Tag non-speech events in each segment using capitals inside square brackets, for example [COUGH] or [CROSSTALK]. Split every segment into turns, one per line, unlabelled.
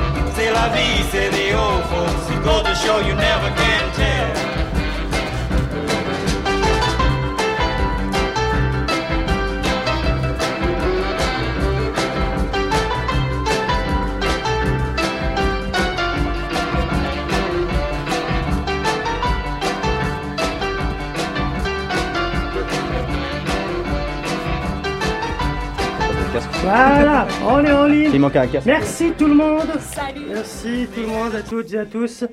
I be, say the old folks. It goes to show you never can tell.
Voilà, on est en ligne.
Il manque un casque.
Merci tout le monde.
Salut.
Merci tout le monde, à toutes et à tous.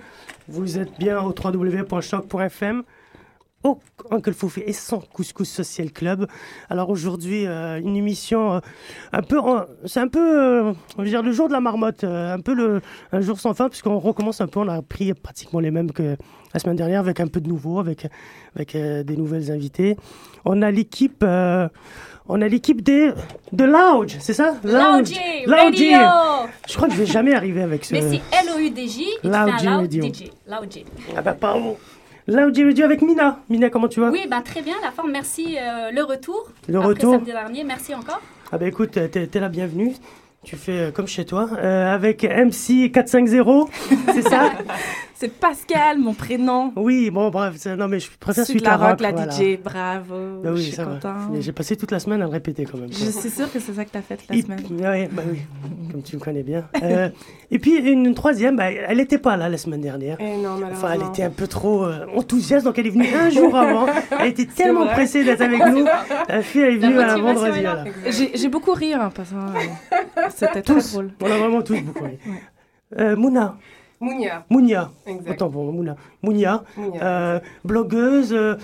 Vous êtes bien au www.choc.fm. Au Uncle Foufou et son Couscous Social Club. Alors aujourd'hui, euh, une émission euh, un peu. en- C'est un peu. euh, on va dire le jour de la marmotte. euh, un peu le, un jour sans fin, puisqu'on recommence un peu. On a pris pratiquement les mêmes que la semaine dernière, avec un peu de nouveau, avec, avec euh, des nouvelles invités. On a l'équipe. euh, on a l'équipe des. de Lounge, c'est ça
Lounge
Lounge
Radio.
je crois que je vais jamais arriver avec ce.
Mais c'est L-O-U-D-J. et tu fais un
Lounge
loud
Radio.
DJ. Lounge.
Ah bah pardon. Là où j'ai eu avec Mina. Mina, comment tu vas
Oui, bah, très bien, la forme. Merci. euh, le retour.
Le
Après
retour.
samedi dernier. Merci encore.
Ah bah écoute, euh, t'es t'es la bienvenue. Tu fais euh, comme chez toi. Euh,
[LAUGHS]
avec MC450, c'est ça
C'est Pascal, mon prénom.
Oui, bon bref, c'est- non mais je préfère
Sud
celui de
la rock, la
voilà.
DJ, bravo.
Bah oui,
je suis
ça va.
content.
Mais J'ai passé toute la semaine à le répéter quand même.
Je suis sûre que c'est ça que t'as fait la
Et
semaine.
puis- ouais, bah oui, comme tu me connais bien. Euh, et puis une, une troisième, bah, elle n'était pas là la semaine dernière.
Eh non, malheureusement.
Enfin, elle était un peu trop euh, enthousiaste, donc elle est venue un jour avant. Elle était tellement pressée d'être avec nous. La fille elle est venue un
motivation
vendredi.
est là.
voilà.
J'ai j'ai beaucoup ri en passant.
[LAUGHS]
euh, C'était très drôle.
On a vraiment tous beaucoup aimé. Euh, Mouna,
Mounia,
Mounia,
exact.
autant pour Mouna, Mounia,
Mounia.
euh, blogueuse, euh,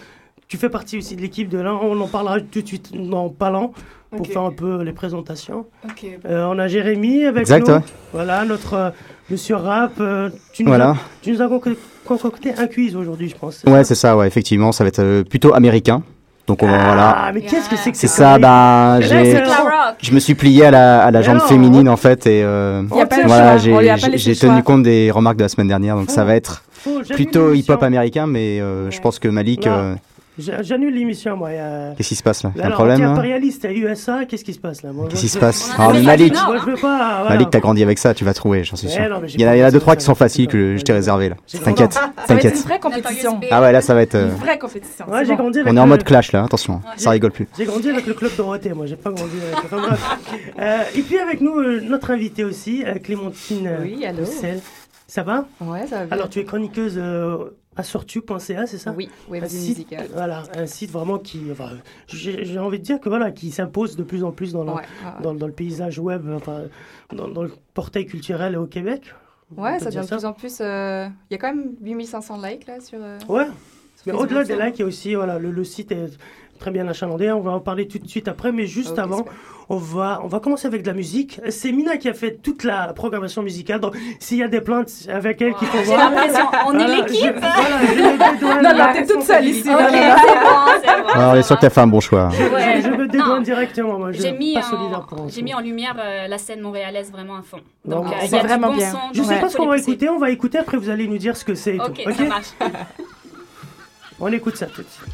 tu fais partie aussi de l'équipe de l'un, on en parlera tout de suite en parlant pour
Ok.
faire un peu les présentations.
Ok.
Euh, on a Jérémy avec
Exact,
nous,
ouais.
voilà, notre euh, monsieur rap, euh, tu, nous
Voilà.
as, tu nous as conco- concocté un quiz aujourd'hui je pense.
Ouais, c'est ça, ouais, effectivement, ça va être euh, plutôt américain. Donc on va, voilà.
Ah mais qu'est-ce que c'est que
C'est
cette
ça,
connerie
bah,
Là,
j'ai-
c'est
La rock.
je me suis plié à la, à la
Mais
jambe
non.
féminine en fait et euh,
Y a pas le
voilà,
choix, on lui
j'ai
a pas
j'ai-
laissé
j'ai
le
tenu
choix.
compte des remarques de la semaine dernière, donc ça va être
Faux, j'annule
plutôt
l'émission.
hip-hop américain, mais euh, je
Ouais.
pense que Malik,
Non.
euh,
J'a- J'annule l'émission moi. et, euh,
qu'est-ce qui se passe là Y a un
alors,
problème là
impérialiste à USA, qu'est-ce qui se passe là Moi,
Qu'est-ce
moi,
qui se
je-
passe
On a
Ah,
fait
mais
ça
Malik,
du Nord.
Moi, je veux pas, voilà.
Malik, t'as grandi avec ça, tu vas trouver, j'en suis
Ouais,
sûr.
non, mais j'ai
Il y en a,
pas
il y en a deux
grandi
trois
avec
qui
ça,
sont
j'ai pas
faciles que je t'ai
grandi.
réservé là.
J'ai grandi-
T'inquiète,
Ça va être une
t'inquiète.
vraie compétition.
Notorious
Ah ouais, là ça va être.
Une [LAUGHS]
euh,
vraie compétition.
Ouais,
c'est
j'ai
bon.
grandi avec
On est en
le-
mode clash là, attention, hein. ça rigole plus.
J'ai grandi avec le club Dorothée, moi, j'ai pas grandi avec.
[LAUGHS]
Enfin, bref. Euh, et puis avec nous, euh, notre invitée aussi, euh, Clémentine euh,
Oui, allô
Roussel. Ça va
Ouais, ça va bien.
Alors, tu es chroniqueuse euh, à surtu.ca, c'est ça
oui,
Un
webzine
site-
musicale.
Voilà, un site vraiment qui. enfin, j'ai j'ai envie de dire que voilà, qui s'impose de plus en plus dans le,
Ouais, ouais.
dans, le- dans le paysage web, enfin, dans, dans le portail culturel au Québec. On
Ouais,
peut
ça
dire
devient de plus en plus. euh, Il y a quand même 8500 likes là sur. euh,
Ouais,
sur
mais
Facebook,
au-delà
ça.
des likes, il y a aussi, voilà, le, le site est très bien achalandé. On va en parler tout de suite après, mais juste
Ok,
avant,
super.
on va, on va commencer avec de la musique. C'est Mina qui a fait toute la programmation musicale. Donc, s'il y a des plaintes, c'est avec elle qu'il faut
J'ai
voir.
l'impression, on est
Voilà,
l'équipe.
je- voilà, je me dédouane.
Non, non, t'es toute seule
Ok,
ici. non, non, non.
c'est bon, Ah, c'est bon,
Alors, Ah, on
ça
Ah, est
va.
sûr que t'as fait un bon choix. hein.
Je-
Ouais.
Je, me dédouane
Non.
directement. Moi, je
J'ai mis,
pas solidaire pour
en...
un
j'ai mis en lumière euh, la scène montréalaise vraiment à fond.
Non,
Donc, euh,
mais on
il y
sent
a du
vraiment
bon
bien.
son.
Je
donc,
sais
ouais,
pas ce qu'on
faut
va
les pousser.
écouter. On va écouter après. Vous allez nous dire ce que c'est. et
Ok,
tout, ok
ça marche.
On écoute ça tout de suite.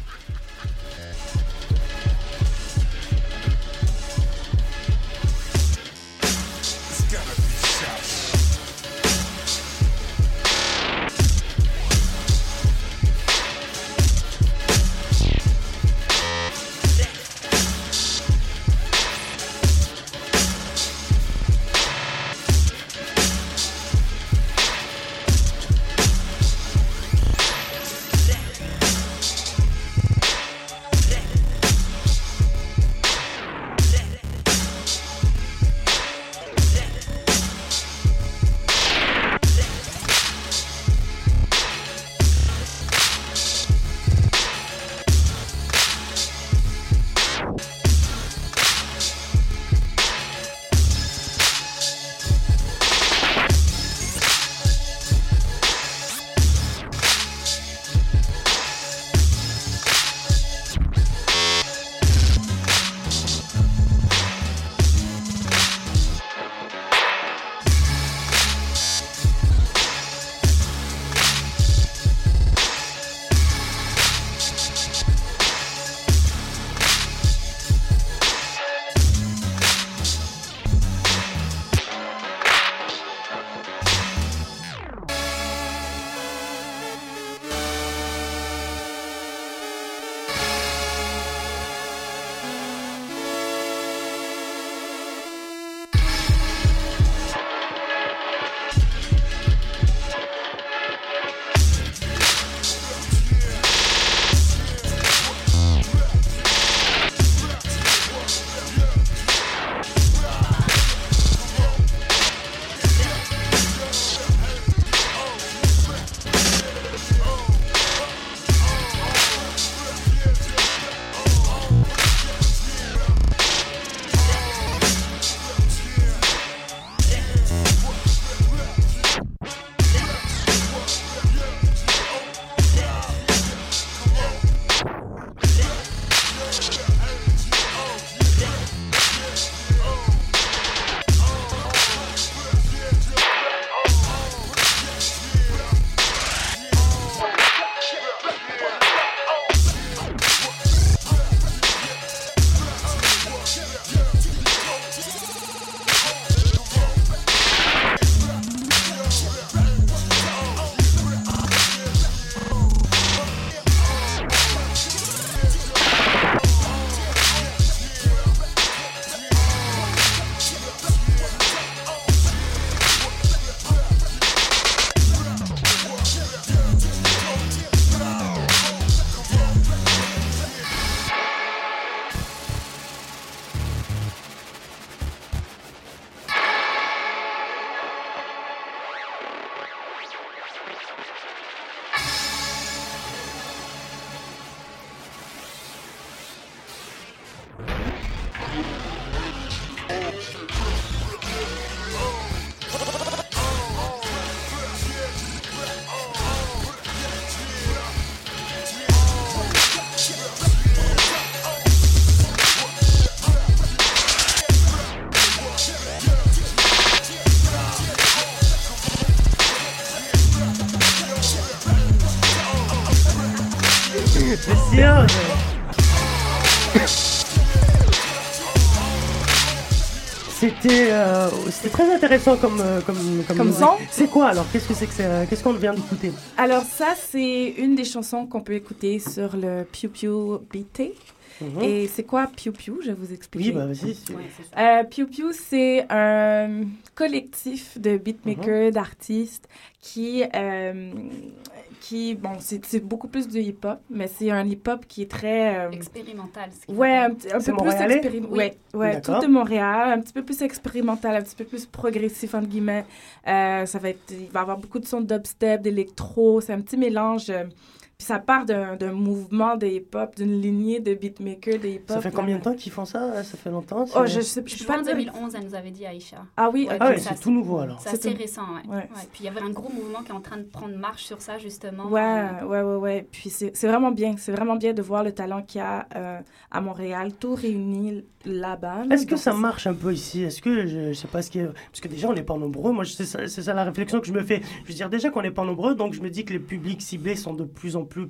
plaisir. C'était euh, c'était très intéressant comme euh, comme
Comme
musique.
son
C'est quoi alors Qu'est-ce que c'est que c'est, euh, Qu'est-ce qu'on vient d'écouter
Alors ça, c'est une des chansons qu'on peut écouter sur le Piu Piu BT.
Mhm.
Et c'est quoi Piu Piu Je vais vous expliquer.
Oui, bah vas-y. si-
Ouais, c'est ça.
Euh, Pew Pew, c'est un collectif de
Mhm.
beatmakers, d'artistes qui, euh, qui, bon, c'est c'est beaucoup plus du hip-hop, mais c'est un hip-hop qui est très, euh,
Expérimental. ce qui
ouais,
s'appelle.
un, petit- un
C'est
peu plus
montréalais?
expérimental,
Oui.
ouais, ouais, tout
D'accord.
de Montréal, un petit peu plus expérimental, un petit peu plus progressif entre guillemets. Euh, ça va être, il va y avoir beaucoup de sons de dubstep, d'électro, c'est un petit mélange. euh, puis ça part d'un d'un mouvement de hip-hop, d'une lignée de beatmakers de hip-hop.
Ça fait combien de temps qu'ils font ça Ça fait longtemps
Oh,
c'est-
je sais, je peux pas
Juin
dire.
2011, elle nous avait dit Aïcha.
Ah oui,
Ouais,
ok.
Ah ouais,
ça,
c'est
c'est-
tout nouveau alors.
C'est
C'est
assez
tout-
récent, ouais.
Ouais.
Ouais, Puis il y avait un gros mouvement qui est en train de prendre marche sur ça, justement.
Ouais, ouais, ouais, ouais. Puis c'est c'est vraiment bien. C'est vraiment bien de voir le talent qu'il y a euh, à Montréal, tout réuni là-bas. là.
Est-ce que
Donc,
ça
c'est-
marche un peu ici Est-ce que je, je sais pas ce qui est... parce que déjà on n'est pas nombreux. Moi je- c'est ça, c'est ça la réflexion que je me fais. Je veux dire déjà qu'on n'est pas nombreux, donc je me dis que les publics ciblés sont de plus en plus.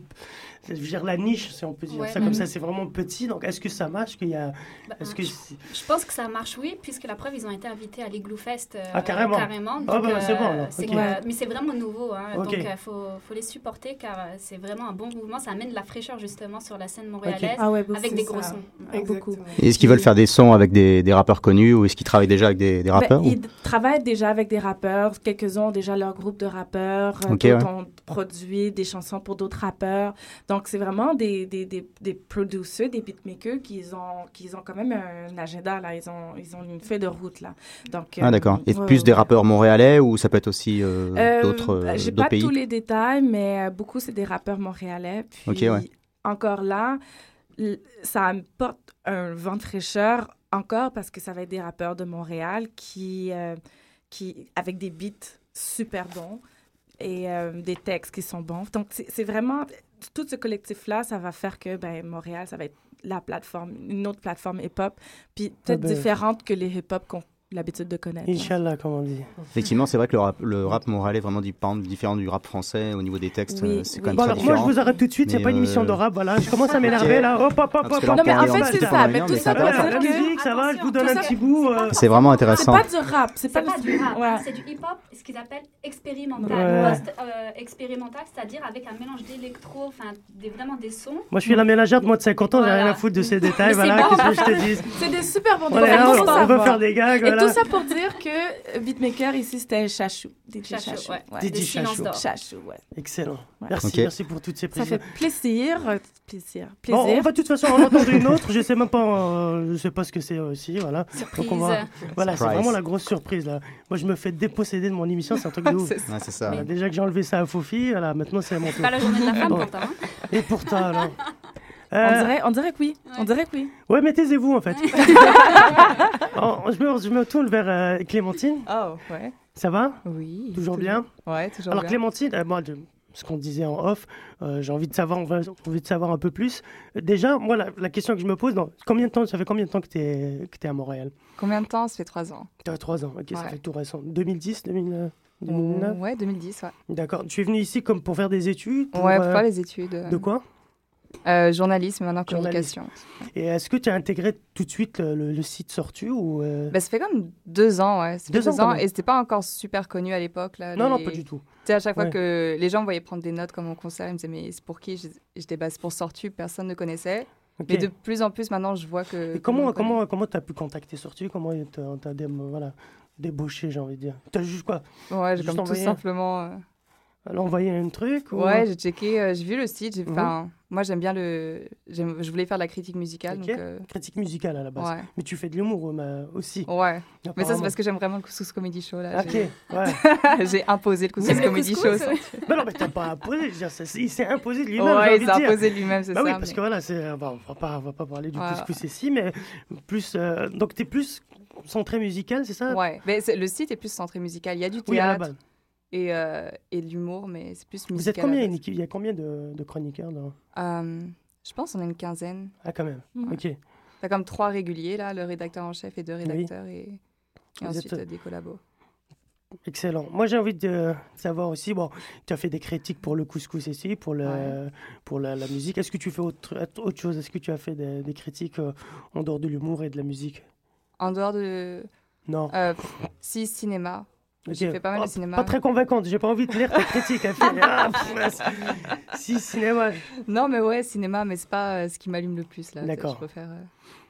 Je veux dire la niche, si on peut dire
Ouais.
ça comme
Mhm. Ah,
ça, c'est vraiment petit. Donc est-ce que ça marche Qu'il y a
Bah,
Est-ce que c'est-
Je pense que ça marche, oui, puisque la preuve, ils ont été invités à l'Igloo Fest. euh,
Ah, carrément.
donc, euh,
Ah, bah, c'est bon, alors.
c'est
Ok.
que-
Ouais.
mais c'est vraiment nouveau, hein,
Ok.
donc il faut, faut les supporter car euh, c'est vraiment un bon mouvement. Ça amène de la fraîcheur, justement, sur la scène montréalaise
Ah ouais, beaucoup,
avec des
ça.
gros sons.
Ouais, beaucoup.
Exactement.
Et Est-ce qu'ils veulent faire des sons avec des, des rappeurs connus ou est-ce qu'ils travaillent déjà avec des, des
Bah,
rappeurs
Ben,
ou-
Ils d- travaillent déjà avec des rappeurs. Quelques-uns ont déjà leur groupe de rappeurs. euh,
Ok,
D'autres
ouais.
ont produit des chansons pour d'autres rappeurs. Donc, c'est vraiment des, des, des, des producers, des beatmakers qui ont, qui ont quand même un agenda. Là. Ils, ont, ils ont une feuille de route. Là. Donc, euh,
Ah d'accord. Et plus des
rappeurs
rappeurs montréalais ou ça peut être aussi euh,
Euh,
d'autres
bah,
euh,
J'ai
d'autres
pas
pays
tous les détails, mais euh, beaucoup, c'est des rappeurs montréalais. Puis,
Ok, ouais.
encore là, l- ça me porte un vent de fraîcheur encore parce que ça va être des rappeurs de Montréal qui, euh, qui avec des beats super bons et euh, des textes qui sont bons. Donc, c'est c'est vraiment... Tout ce collectif-là, ça va faire que ben, Montréal, ça va être la plateforme, une autre plateforme hip-hop, puis peut-être
ben.
différente que les hip-hop qu'on a l'habitude de connaître. là.
Inch'Allah, comme on dit.
Effectivement, c'est vrai que le rap, le rap montréalais est vraiment di- par exemple, différent du rap français au niveau des textes.
Oui,
euh, c'est quand
oui.
même
Bon,
très
alors moi je
différent.
vous arrête tout de suite. C'est
Mais,
pas une
euh,
émission de rap. Voilà, je commence à m'énerver là. Hop, hop, hop,
Parce
hop.
que là, on
Ah, Non, mais
parle
en fait,
des
c'est
gens
ça,
qui
mais
font
tout
rien,
ça
mais
pour
Voilà,
dire
la
que-
musique, ça va. Je vous donne un
Attention,
petit bout.
c'est
euh,
pas-
C'est vraiment
C'est
intéressant.
pas du rap, c'est pas,
C'est pas
du-
du rap,
Ouais.
c'est du hip-hop, ce qu'ils appellent
Ouais.
expérimental. Post-expérimental, c'est-à-dire avec un mélange d'électro, enfin des- vraiment des sons.
Moi je suis la ménagère de moins de 50 ans. J'ai
Voilà.
rien à foutre de ces détails.
c'est
Voilà,
bon,
qu'est-ce que je te dis
C'est des super bons
Voilà,
débats,
on
faut
on va
savoir.
faire des gags.
Et tout
Voilà.
ça pour dire que euh, Beatmaker ici c'était Chachou. DJ
Chachou,
Chachou.
ouais.
ouais.
Didi
Des silences
Chachou.
d'or.
Chachou, ouais.
Excellent.
Ouais.
Merci,
Ok.
merci pour toutes ces
Ça
précisions.
fait plaisir, euh, plaisir,
Bon, on
plaisir.
va de toute façon en entendre une autre. Je sais même pas, euh, je sais pas ce que c'est aussi, voilà.
Surprise.
on va- Voilà, c'est
Surprise.
vraiment la grosse surprise là. Moi, je me fais déposséder de mon émission, c'est un truc de ouf.
C'est ça.
Ouais, c'est ça.
Voilà, déjà que j'ai enlevé ça à Fofi, voilà, maintenant c'est à mon
C'est
tour.
pas la journée de la femme,
Bon.
Quentin. hein.
Et pourtant, alors.
On
Euh,
dirait, on dirait que oui. On
Ouais.
dirait que oui.
ouais, mais taisez-vous en fait. Oh, je, me, je me tourne vers euh, Clémentine.
Oh, ouais.
Ça va
Oui.
Toujours bien
Ouais, toujours
Alors
bien.
Clémentine, euh, moi, de- ce qu'on disait en off, euh, j'ai envie de savoir, on va- j'ai envie de savoir un peu plus. Euh, Déjà, moi, la, la question que je me pose, dans, combien de temps, ça fait combien de temps que tu es, à Montréal
Combien de temps Ça fait trois ans.
Tu as 3 ans, ok, ça
Ouais. Euh.
fait tout récent. 2010, 2009, 2009
Ouais, 2010, ouais.
D'accord, tu es venu ici comme pour faire des études pour,
ouais, pour
euh,
faire les études.
De quoi
Euh, Journalisme et maintenant
Journalisme.
communication.
Et est-ce que tu as intégré tout de suite le, le- le site sortu ou euh,
Bah, ça fait comme deux ans, ouais. Ça fait
Deux ans, quand même.
et c'était pas encore super connu à l'époque. là.
Non, non,
Bah, les-
pas du tout.
Tu sais, à chaque
Ouais.
fois que les gens me voyaient prendre des notes comme au concert, ils me disaient, mais c'est pour qui Je- J'étais, bah, c'est pour Sortu, personne ne connaissait.
Ok.
Mais de plus en plus, maintenant, je vois que.
Et
tout le
comment
monde euh, connaît.
comment comment t'as pu contacter Sortu Comment t'as- on t'a dé- voilà, débauché, j'ai envie de dire T'as juste quoi
Ouais, j'ai
Juste
comme tout
envoyer.
simplement. euh,
Elle a envoyé un truc ou...
Ouais, j'ai checké, euh, j'ai vu le site. j'ai-
Mhm.
enfin, Moi, j'aime bien le. j'aime- Je voulais faire de la critique musicale,
Ok. Bah,
donc. euh,
Critique musicale à la base.
Ouais,
Mais tu fais de l'humour euh, aussi.
ouais. Mais ça, c'est
apparemment.
parce que j'aime vraiment le couscous comedy show. Là.
Ok,
J'ai-
ouais. [LAUGHS]
J'ai imposé le couscous
Même le
comedy
couscous,
show.
euh,
mais non, mais t'as pas imposé. je veux dire, c'est- il s'est imposé de lui-même. j'ai
Ouais,
envie
il
de
s'est
dire.
imposé lui-même, c'est
Bah
ça.
oui, parce
mais-
que voilà, c'est. bon, on, va pas, on va pas parler du
Ouais,
couscous ici, mais plus. euh, donc t'es plus centré musical, c'est ça
Ouais, mais c'est- le site est plus centré musical. Il y a du
euh, Oui, à la
théâtre
base.
et, euh, et de l'humour, mais c'est plus musical.
Vous êtes
à
combien
la
une équipe Il y a combien de, de chroniqueurs dans-
base. Euh, Je pense qu'on a une quinzaine.
Ah, quand même.
Mm.
Ouais.
Ok.
T'as comme trois réguliers, là, le rédacteur en chef et deux rédacteurs et, et
Ah Vous
ensuite
êtes-
euh, des collabos.
Excellent. Moi, j'ai envie de savoir aussi, bon, tu as fait des critiques pour le couscous ici, pour, le,
Ouais.
pour la, la musique. Est-ce que tu fais autre, autre chose Est-ce que tu as fait des, des critiques euh, en dehors de l'humour et de la musique
En dehors de.
Non.
euh, pff, si, cinéma. Euh, J'ai
Ok.
fait pas mal
Oh,
de cinéma.
Pas très convaincante, j'ai pas envie de lire ta critique. elle fait, ah,
[LAUGHS]
pff, mince. si, cinéma.
Non, mais ouais, cinéma, mais c'est pas euh, ce qui m'allume le plus là.
D'accord.
Je préfère euh,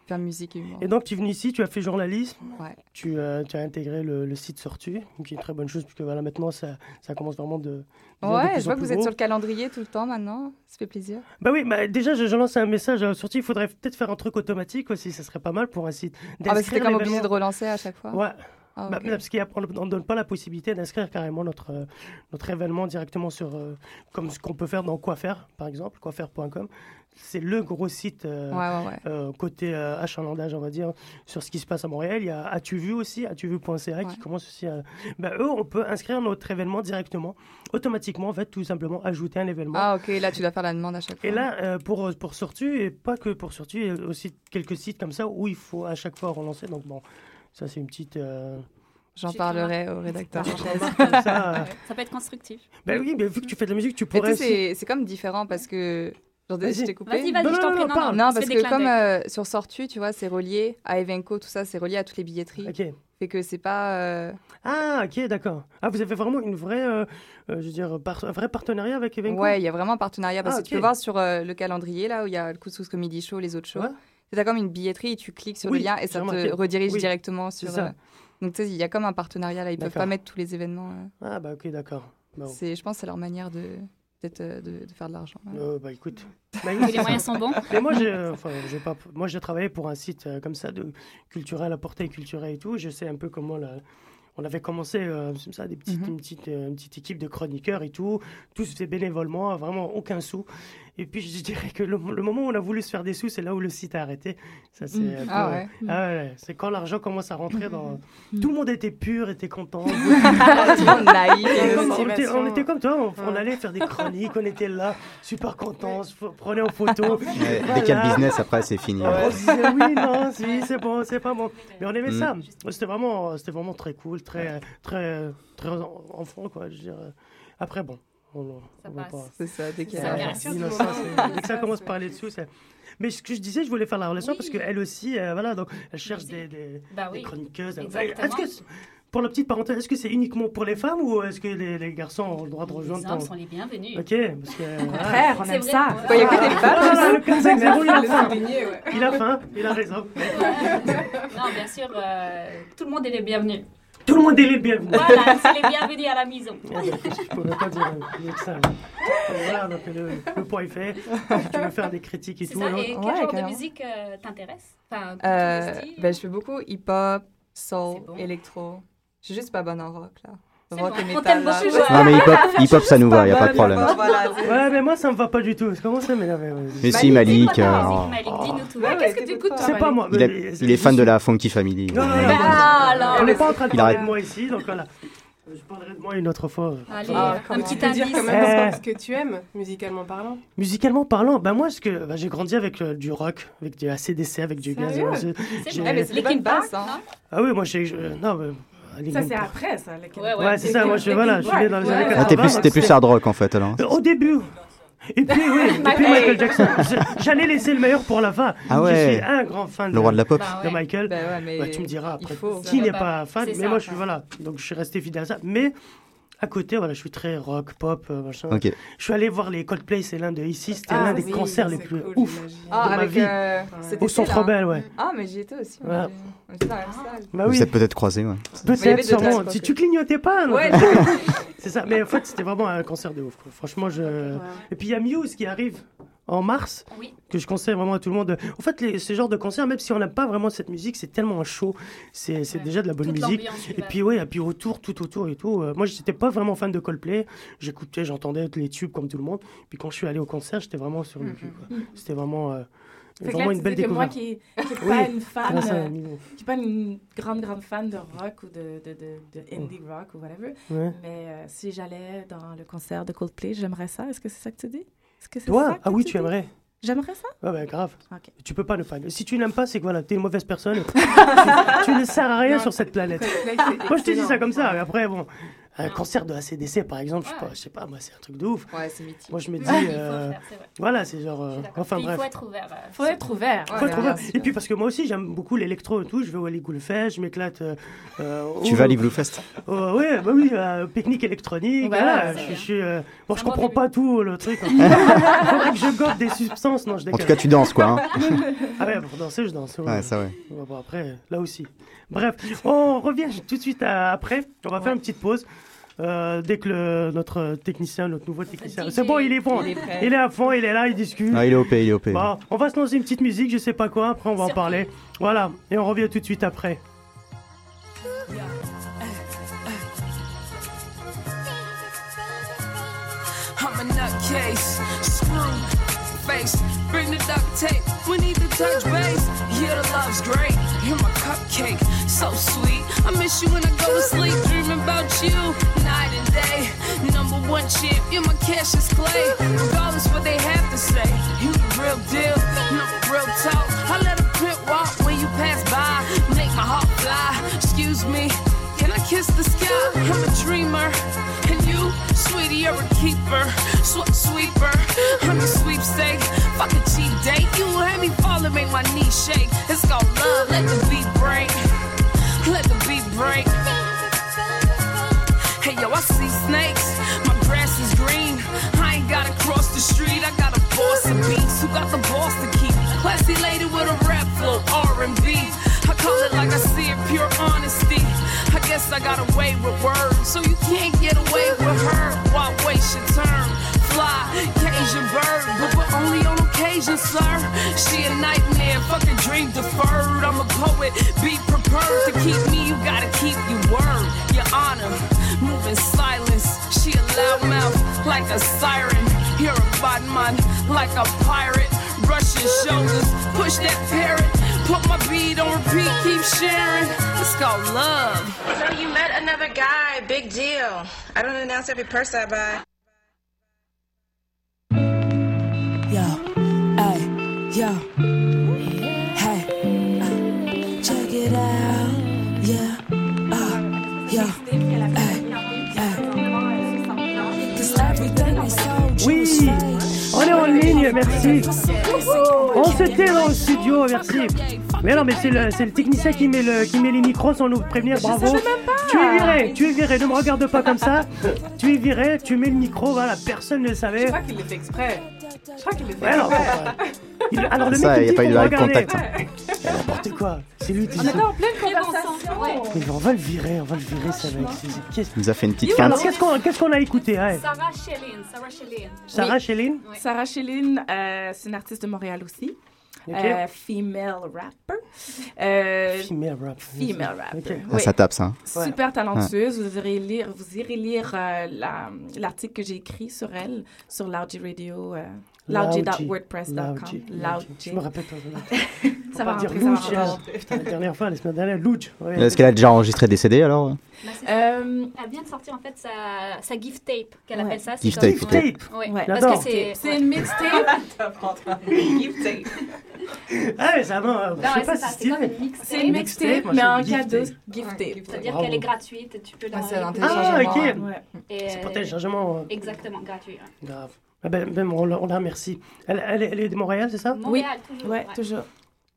faire musique et humour.
Et donc, tu es venu ici, tu as fait journalisme,
Ouais.
tu, euh, tu as intégré le, le site Sortu, qui est une très bonne chose, puisque voilà, maintenant, ça, ça commence vraiment de. de devenir de
Ouais, je
plus en
vois que
plus
vous êtes
gros.
sur le calendrier tout le temps maintenant. Ça fait plaisir. Ah,
Bah oui, bah déjà, je, je lance un message à Sortu. Il faudrait peut-être faire un truc automatique aussi, ça serait pas mal pour un site.
Ah, bah,
D'inscrire
c'était comme obligé
l'événement.
de relancer à chaque fois.
Ouais,
Ah,
bah,
ok.
parce qu'on ne donne pas la possibilité d'inscrire carrément notre, euh, notre événement directement sur. euh, comme ce qu'on peut faire dans Quoi faire, par exemple, quoifaire.com. C'est le gros site. euh,
Ouais, ouais, ouais.
euh, côté euh, achalandage, on va dire, sur ce qui se passe à Montréal. Il y a As-tu vu aussi, as-tu vu.ca
Ouais.
qui commence aussi à. Ben, eux, on peut inscrire notre événement directement, automatiquement, en fait, tout simplement ajouter un événement.
Ah, ok, là, tu dois faire la demande à chaque fois.
Et là, euh, pour, pour Sortu, et pas que pour Sortu, il y a aussi quelques sites comme ça où il faut à chaque fois relancer. Donc bon, ça c'est une
[LAUGHS]
petite... euh,
J'en
J'ai
parlerai au rédacteur.
Parenthèse.
[LAUGHS] ça, euh,
Ça peut être constructif.
Ben oui, mais vu que tu fais de la musique, tu
Mais tu
pourrais...
sais,
aussi-
c'est- c'est comme différent parce que. Genre,
Vas-y.
je t'ai coupé.
Vas-y, vas-y,
Non,
je
non,
t'en prie.
non,
Non,
parle.
non,
Non,
on se
parce
fait des
que
clins
comme
d'œil.
euh, sur Sortu, tu vois, c'est relié à Evenco, tout ça, c'est relié à toutes les billetteries.
Ok.
Fait que c'est pas. euh,
Ah, ok, d'accord. Ah, vous avez vraiment une vraie, euh, euh, je veux dire, par- un vrai partenariat avec Evenco
Ouais, il y a vraiment un partenariat parce
Ah,
que
ok.
tu peux voir sur euh, le calendrier là où il y a le Couscous Comedy Show, les autres shows.
Ouais.
C'est comme une billetterie, tu cliques sur
Oui,
le lien et
j'ai
ça
remarqué.
te redirige
Oui,
directement
c'est
sur.
ça.
euh, Donc tu sais, il y a comme un partenariat là, ils peuvent
D'accord.
pas mettre tous les événements. euh.
Ah, bah ok, d'accord. Bon.
C'est, je pense, que c'est leur manière de peut-être euh, de, de faire de l'argent. ouais.
Euh, bah écoute.
[LAUGHS]
Que les moyens sont bons.
Mais moi, j'ai, enfin, j'ai pas, moi, j'ai travaillé pour un site euh, comme ça de culturel, à portée culturelle et tout. Je sais un peu comment la- on avait commencé euh, comme ça, des petites,
Mhm.
une, petite, euh, une petite équipe de chroniqueurs et tout. Tout se fait bénévolement, vraiment aucun sou. Et puis, je dirais que le, le moment où on a voulu se faire des sous, c'est là où le site a arrêté. Ça, c'est un peu-
Ah ouais.
Ah ouais, c'est quand l'argent commence à rentrer dans.
Mhm.
Tout le monde était pur, était content.
[LAUGHS] Tout le monde naïf.
[LAUGHS] On était
euh,
comme-
c'est-
on, était, on était comme toi, on, on
Ouais.
allait faire des chroniques, on était là, super contents, on se f- prenait en photo.
Ouais,
Voilà.
Dès qu'il y a le business, après, c'est fini.
On se disait oui, non, si, c'est bon, c'est pas bon. Mais on aimait
Mm.
ça. C'était vraiment, c'était vraiment très cool, très, très, très en- enfant, quoi. Je veux dire. Après, bon, on,
Ça
on va
passe.
pas.
C'est ça, dès qu'il y
Ça
a-
Ouais,
bien
c'est
sûr, tout
innocent,
le monde.
c'est- Dès que ça commence par les dessous, c'est. Mais ce que je disais, je voulais faire la relation
Oui.
parce qu'elle aussi, euh, voilà, donc elle cherche des,
Vas-y.
des,
[LAUGHS] Bah
des
oui.
chroniqueuses. Enfin,
Exactement.
Est-ce que, c'est- pour la petite parenthèse, est-ce que c'est uniquement pour les femmes ou est-ce que les, les garçons ont le droit de
Les
rejoindre
hommes
ton-
sont les bienvenus.
Ok, parce que. euh, voilà.
Frère, on
C'est
aime
vrai.
ça.
Quoi, il y a que des femmes
Ah, le
C'est
Kansas, zéro, il a faim.
souligné, ouais.
Il a faim, il a raison.
[LAUGHS] Non, bien sûr, euh, tout le monde est les bienvenus.
Tout le monde est les bienvenus.
Voilà, c'est les bienvenus à la maison.
Je pouvais pas dire mieux que ça. Donc, Voilà, donc le, le point est fait. Si tu veux faire des critiques et
C'est
tout.
ça,
alors-
et quel
Ouais,
genre de
carrément.
musique euh, t'intéresse Enfin,
Euh,
tous les styles
ben, je fais beaucoup hip-hop, soul,
C'est bon.
électro. Je suis juste pas bonne en rock, là.
C'est
Rock
bon,
et
on
métal,
t'aime
là.
beaucoup,
Ouais.
Joël.
Non, mais
[LAUGHS]
hip-hop, hip-hop, ça nous va, il n'y a
Bah,
pas de problème.
Voilà,
[LAUGHS]
c'est-
Ouais, mais moi ça me va pas du tout. Comment ça m'énerve
Mais
vas-y.
si,
Malik,
Malik.
dis-nous
euh,
toi, Malik, Malik, dis-nous tout.
Ouais,
Qu'est-ce
ouais,
que tu écoutes
c'est
C'est pas moi.
Il, a-
mais-
il est fan de la Funky Family.
Non, non, non, non.
Ah, alors.
On n'est pas en train de
Il
parler
arrête.
de moi ici, donc voilà. Je parlerai de moi une autre fois.
Allez,
Ah,
un
Comment tu
petit
peux dire
indice.
quand
Euh.
même ce que tu aimes, musicalement parlant
Musicalement parlant, ben moi, ce que ben, j'ai grandi avec euh, du rock, avec du ACDC, avec du gaz.
Sérieux
c'est-
C'est
J'ai-
bon.
Eh, mais c'est des
Linkin
bonnes bases,
Park,
hein.
Ah oui, moi j'ai. je- Non, mais. Linkin
Ça, c'est
Park.
après, ça. les-
non Ouais,
Ouais,
ouais.
c'est ça. Moi, je voilà, je suis né dans les
Ouais.
années
Ah,
Ah,
80.
t'es plus, t'es plus hard rock en fait alors. hein.
Euh, Au début. Et puis, oui, et puis Michael Jackson. Je- J'allais laisser le meilleur pour la fin.
Ah
Je suis
ouais,
un grand fan
le roi de la pop.
Bah
de
ouais.
Michael.
Ben ouais, mais
Bah, tu me diras
il
après
faut.
qui
Ça
n'est
va
pas fan,
C'est
mais
ça,
moi je suis
ouais.
voilà, donc je suis resté fidèle à ça. Mais à côté, voilà, je suis très rock, pop, euh, machin.
Ok.
Je suis allé voir les Coldplay, c'est l'un de ici, c'était l'un des
Ah oui,
concerts les
c'est
plus
cool,
ouf
j'imagine.
Ah,
ma
avec
vie.
euh, cet
au
été,
Centre
là.
Bell, ouais.
Ah, mais j'y étais aussi. on
Ouais.
était- On était dans la même salle.
Bah
Vous
oui,
êtes peut-être croisés, ouais.
il y avait
peut-être
deux
sûrement.
places,
Si
quoi.
tu clignotais pas, Ah, non.
Ouais,
c'est ça. Mais en fait, c'était vraiment un concert de ouf. quoi. Franchement, je. Et puis il y a Muse qui arrive en mars.
Oui.
que je conseille vraiment à tout le monde. En fait, les, ce genre de concert, même si on n'aime pas vraiment cette musique, c'est tellement chaud, c'est c'est
Ouais.
déjà de la bonne
Toute
musique.
l'ambiance qui
Et
va
puis ouais, et puis autour, tout autour et tout. euh, moi, j'étais pas vraiment fan de Coldplay. J'écoutais, j'entendais les tubes comme tout le monde. Puis quand je suis allé au concert, j'étais vraiment sur le cul. quoi. C'était vraiment, euh,
Fait Mm-hmm. que
vraiment
là,
une
tu
belle
dis que moi
découverte.
qui n'ai pas une fan,
Grâce à
euh,
un niveau.
qui est pas une grande, grande fan de rock ou de, de, de, de indie rock ou whatever,
Ouais.
mais euh, si j'allais dans le concert de Coldplay, j'aimerais ça. Est-ce que c'est ça que tu dis? Est-ce que c'est ça
Toi,
que
ah oui,
tu dis?
tu aimerais.
J'aimerais ça.
Ouais, ben grave.
Ok.
Tu peux pas ne pas. Si tu n'aimes pas, c'est que voilà, t'es une
[LAUGHS]
mauvaise personne. tu, tu ne sers à rien
Non.
sur cette planète.
Coldplay, c'est
Moi, je te dis
excellent.
ça comme ça. mais après, bon, un
Non.
concert de ACDC, par exemple, je sais
Ouais.
pas, je sais pas, moi, c'est un truc de ouf.
Ouais, c'est mythique.
Moi, je me dis,
Oui, il faut
euh,
faire, c'est vrai.
voilà, c'est genre,
Je
euh,
suis d'accord.
enfin
Puis Il
bref.
faut être ouvert. euh,
Faut être ouvert.
Ouais,
Faut être ouvert.
bien sûr.
Et puis parce que moi aussi j'aime beaucoup l'électro et tout, je vais au Aligou le fait, je m'éclate. euh, euh,
Tu
au-
vas à l'Igloofest
Oh, ouais, bah oui, euh, pique-nique électronique.
Bah,
voilà,
c'est
je,
bien.
je suis, euh, bon, je
un bon
comprends
début.
pas tout le truc.
[LAUGHS]
hein. Faudrait que je gobe des substances. Non, je
En tout
déconne.
cas, tu danses, quoi. hein.
Ah ouais, pour danser, je danse. ouais.
Ouais, ça, ouais.
Ouais, bon, après, là aussi. Bref, on revient tout de suite à- après. On va faire une petite pause. Euh, dès que le- notre technicien, notre nouveau technicien.
DJ.
C'est bon, il est bon.
Il est prêt.
Il est à fond, il est là, il discute.
Ah, il est OP, il est OP.
Bon, on va se lancer une petite musique, je sais pas quoi, après on va en
Surprise.
parler. Voilà, et on revient tout de suite après.
I'm a nutcase, screwed face. Bring the duct tape, we need to touch base. Yeah, the love's great. You're my cupcake, so sweet. I miss you when I go to sleep, dreaming about you night and day. Number one chip, you're my Cassius Clay. Regardless what they have to say, you the real deal, no real talk. I let a print walk when you pass by, make my heart fly. Excuse me. Can I kiss the sky? I'm a dreamer. And you, sweetie, you're a keeper. Sweat sweeper. I'm a sweepstake. Fuck a cheap date. You will have me falling, make my knees shake. It's called love. Let the beat break. Let the beat break. Hey yo, I see snakes. My grass is green. I ain't gotta cross the street. I got a boss of beats. Who got the boss to keep? Classy lady with a rap flow, R&B. I call it like I see it, pure honesty. I guess I got away with words, so you can't get away with her. Why waste your turn? Fly, Cajun bird, but we're only on occasion, sir. She a nightmare, fucking dream deferred. I'm a poet, be prepared to keep me. You gotta keep your word, your honor. Move in silence, she a loudmouth like a siren. You're a bad man, like a pirate. Brush your shoulders, push that parrot. Put my beat on repeat, keep sharing. It's called love.
So you met another guy, big deal. I don't announce every person I buy.
Yo, hey, yo, hey, uh, check it out, yeah, uh, yo, hey, hey. Cause everything they sold you is
Oui,
fake.
on est en ligne, merci. On se tait dans le studio, merci. Mais non, mais c'est le, c'est le technicien qui met, le, qui met les micros sans nous prévenir, bravo. Tu es viré, tu es viré, ne me regarde pas comme ça. Tu es viré, tu mets le micro, voilà, personne ne le
Je
savait.
crois qu'il le fait exprès. Je crois qu'il le fait
Ouais, alors,
exprès.
euh, il- alors le mec,
Ça,
il
y a
dit
pas eu
qu'on
de
va
live
regarder.
contact, hein.
Ouais, N'importe quoi, c'est lui qui dit ça.
On est en pleine
Très bon sens.
conversation.
Ouais.
Mais on va le virer, on va le virer, ça mec. C'est- c'est- qu'est-ce-
Il nous a fait une petite
Alors,
quinte.
qu'est-ce qu'on qu'est-ce qu'on a écouté hein
Sarah Chelin, Sarah Chelin.
Sarah, Chéline
Ouais.
Sarah Chéline, euh, c'est une artiste de Montréal aussi.
Ok.
Euh, female rapper. Euh,
Female rap.
female rapper.
Ok.
Ah,
Oui.
ça tape, ça. hein.
Super talentueuse. Vous irez lire, vous irez lire euh, la- l'article que j'ai écrit sur elle sur Loudy Radio. euh,
Loudji,
Loudji.wordpress.com.
Loudji. Je me
Loudji.
rappelle pas.
Ça
va
va
dire
rentrer, ça va
Loudji.
rentrer.
Putain, La dernière fois, la semaine dernière, Loudj. ouais.
Est-ce qu'elle a déjà enregistré des CD alors
Bah, c'est-
Euh,
Elle vient de sortir en fait sa, sa gift tape, qu'elle
Ouais.
appelle ça. c'est
Gift
comme-
tape, ok.
Ouais.
Tape.
Ouais.
Ouais.
J'adore.
Parce que c'est.
C'est une mixtape.
Ah, mais ça va. euh,
Non,
Je sais
ouais, c'est
pas si
ça,
c'est
c'est comme
stylé.
une mixtape.
C'est une mixtape,
moi,
mais
c'est
en
gift
cadeau
tape.
gift tape.
C'est-à-dire
Bravo.
qu'elle est gratuite, tu peux
Ouais, c'est
l'enlever.
Ah,
téléchargement,
ok.
ouais.
Ouais.
Et,
C'est
euh,
pour téléchargement. euh,
Exactement, gratuit. ouais.
Grave. Ah ben, ben, on la on la remercie. Elle, elle est- elle est de Montréal, c'est ça
Montréal, toujours.
Ouais,
ouais.
toujours.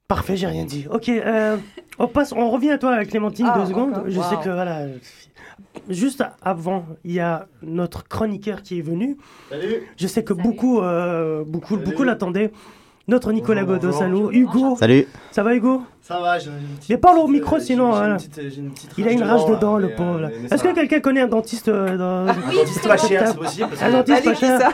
Parfait, j'ai rien dit. Ok, euh, on passe, on revient à toi, Clémentine,
Ah,
deux secondes.
encore.
Je sais
Wow.
que voilà. Juste avant, il y a notre chroniqueur qui est venu. Je sais que
Salut.
beaucoup, euh, beaucoup,
Salut.
beaucoup l'attendaient. Notre Nicolas
Bonjour,
Godos,
bonjour.
à nous. Hugo,
Salut
ça va Hugo
Ça va, j'ai j'ai une petite.
Mais parle au
euh,
micro,
j'ai-
sinon,
j'ai une
voilà.
petite- euh, j'ai une petite
Il a une rage de dents,
là,
le
mais,
pauvre.
euh,
là.
mais
Est-ce
ça
que
va.
quelqu'un connaît un dentiste euh, dans...
Un dentiste pas cher,
Peut-être.
c'est possible. Parce
Un
que
dentiste pas
Malik dit
cher
ça.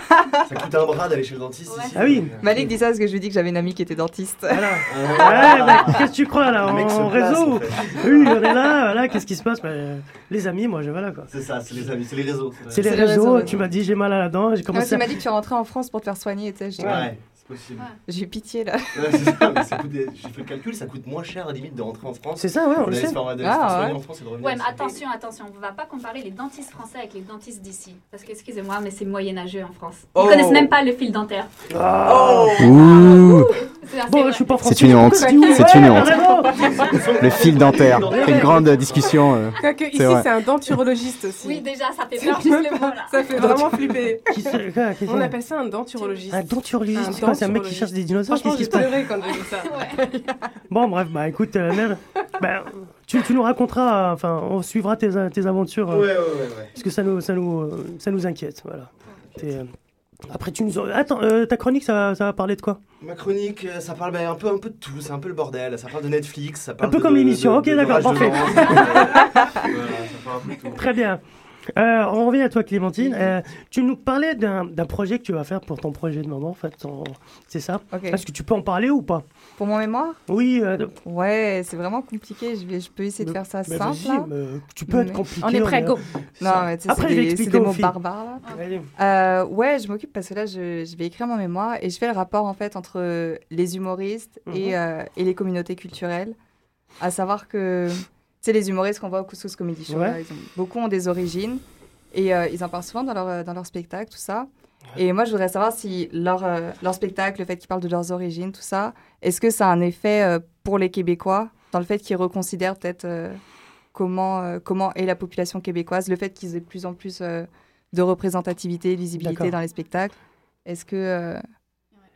ça coûte un bras d'aller chez le dentiste
Ouais.
ici.
Ah oui.
Euh,
Malik dit ça parce que je lui dis que j'avais une amie qui était dentiste.
Voilà.
Ah,
Ouais, bah, qu'est-ce que tu crois là
le mec se
En
place,
réseau
en fait.
Oui, on est là, voilà, qu'est-ce qui se passe Bah, euh, Les amis, moi je voilà quoi.
C'est ça, c'est les amis, c'est les réseaux.
C'est les
C'est les
réseaux,
réseaux,
tu
ouais.
m'as dit j'ai mal à la dent, j'ai
Quand
commencé
Ah, tu m'as
à...
dit que tu rentrais en France pour te faire soigner, tu sais, je dis,
Ouais. possible.
J'ai eu pitié là.
Ouais, c'est ça, mais ça coûte des- j'ai fait le calcul, ça coûte moins cher à limite de rentrer en France.
C'est ça, ouais, on le
d'aller se
sait.
faire- d'aller
Ah,
se faire soigner
ouais.
en France et de revenir.
Ouais, mais attention, attention, on va pas comparer les dentistes français avec les dentistes d'ici. Parce que, excusez-moi, mais c'est moyenâgeux en France. Ils
Oh.
connaissent même pas le fil dentaire.
Ouh
C'est-
Ah. Bon, je suis pas français.
C'est une honte.
je peux pas dire.
C'est une honte.
vraiment.
Le fil dentaire. C'est une grande discussion. euh,
Quoique
c'est
ici,
vrai.
c'est un denturologiste aussi.
Oui, déjà, ça fait
C'est
peur juste
même
le
pas-
mot là.
Ça fait vraiment flipper.
Qui se- quoi, qu'est-ce
On
que-
appelle ça un denturologiste.
Un denturologiste,
Un
c'est quoi, c'est un mec qui
denturologiste.
cherche des dinosaures,
Franchement,
qu'est-ce qui
j'ai
se
pleuré
passe
quand j'ai vu ça.
Bon, bref, bah écoute, euh, Nel, bah, tu, tu nous raconteras, euh, enfin, on suivra tes, euh, tes aventures. euh,
Ouais, ouais, ouais, ouais.
Parce que ça nous, ça nous, euh, ça nous inquiète, voilà. T'es, euh, Après, tu nous. en- Attends, euh, ta chronique, ça, va- ça va parler de quoi
Ma chronique, euh, ça parle ben, un, peu, un peu de tout, c'est un peu le bordel. Ça parle de Netflix, ça
Un
parle
peu
de-
comme
de-
l'émission,
de-
ok,
de-
d'accord,
d'orage
parfait.
de vent, euh,
[LAUGHS]
voilà, ça parle un peu de tout.
Très bien. Euh, on revient à toi, Clémentine. Euh, tu nous parlais d'un d'un projet que tu vas faire pour ton projet de maman, en fait. ton- C'est ça
Ok.
Est-ce que tu peux en parler ou pas
Pour mon mémoire
Oui. euh,
Ouais, c'est vraiment compliqué. Je, vais, je peux essayer de faire ça
mais
simple.
vas-y,
là.
mais tu peux être
Mais-
compliqué,
hein. On est prêt,
on est-
go.
Ça-
Non, mais tu sais,
Après,
c'est
je vais
des, c'est
expliquer
des
aux
mots
filles.
barbares. Là.
Allez.
Euh, ouais, je m'occupe parce que là, je, je vais écrire mon mémoire et je fais le rapport en fait entre les humoristes
Mhm.
et, euh, et les communautés culturelles. À savoir que, tu sais, les humoristes qu'on voit au Couscous Comedy Show,
Ouais.
là, ils ont- beaucoup ont des origines et euh, ils en parlent souvent dans leur, euh, dans leur spectacle, tout ça. Et moi, je voudrais savoir si leur, euh, leur spectacle, le fait qu'ils parlent de leurs origines, tout ça, est-ce que ça a un effet euh, pour les Québécois dans le fait qu'ils reconsidèrent peut-être euh, comment, euh, comment est la population québécoise, le fait qu'ils aient de plus en plus euh, de représentativité, de
D'accord.
lisibilité dans les spectacles Est-ce que, euh,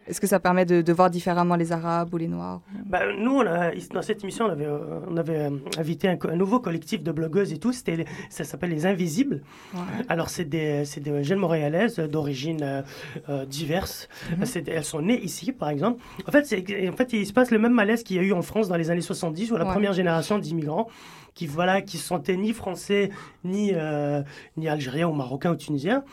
est-ce que ça permet de, de voir différemment les Arabes ou les Noirs
Bah, nous, on a- dans cette émission, on avait, euh, on avait euh, invité un, co- un nouveau collectif de blogueuses et tout. C'était, les- ça s'appelle Les Invisibles.
Ouais.
Alors, c'est des, c'est des jeunes montréalaises euh, d'origine euh, euh, diverse.
Mm-hmm.
C'est des- elles sont nées ici, par exemple. En fait, c'est, en fait, il se passe le même malaise qu'il y a eu en France dans les années 70, où la
Ouais.
première génération d'immigrants qui voilà, qui se sentaient ni français, ni, euh, ni algériens, ou marocains, ou tunisiens.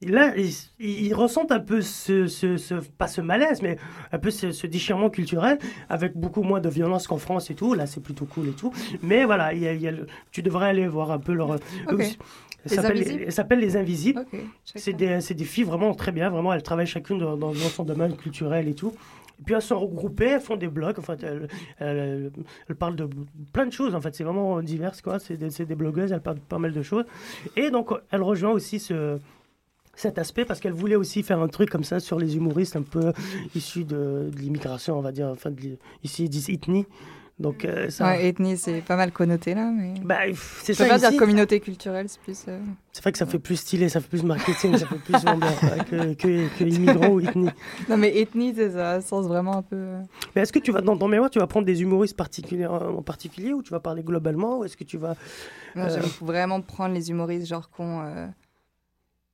Et Là, ils, ils ressentent un peu ce, ce- ce- pas ce malaise, mais un peu ce, ce déchirement culturel, avec beaucoup moins de violence qu'en France et tout. Là, c'est plutôt cool et tout. Mais voilà, il y a- il y a le- tu devrais aller voir un peu leur. eux aussi.
Les
Ça s'appelle
Invisibles
les- ça s'appelle Les Invisibles.
Ok. check
C'est
ça.
des, c'est des filles vraiment très bien, vraiment, elles travaillent chacune dans, dans- dans son domaine culturel et tout. Et puis elles sont regroupées, elles font des blogs, en fait, elles, elles- elles parlent de plein de choses, en fait, c'est vraiment divers, quoi. C'est des, c'est des blogueuses, elles parlent de pas mal de choses. Et donc, elle rejoint aussi ce, cet aspect parce qu'elle voulait aussi faire un truc comme ça sur les humoristes un peu issus de, de l'immigration, on va dire, enfin, de l'i- ici, ils disent ethnie. Donc, euh, ça.
Ouais, ethnie, c'est pas mal connoté là, mais.
Bah, pff, c'est
Je peux
ça.
pas dire
ici.
communauté culturelle, c'est plus. euh,
C'est vrai que ça fait plus stylé, ça fait plus marketing, ça fait plus vendeur euh, que, que, que immigrants ou ethnie.
Non, mais ethnie, c'est- ça a un sens vraiment un peu. euh,
Mais est-ce que tu vas dans ton mémoire, tu vas prendre des humoristes particuliers euh, en particulier ou tu vas parler globalement ou est-ce que tu vas
Non,
Euh.
j'aime vraiment prendre les humoristes, genre, qu'on, euh,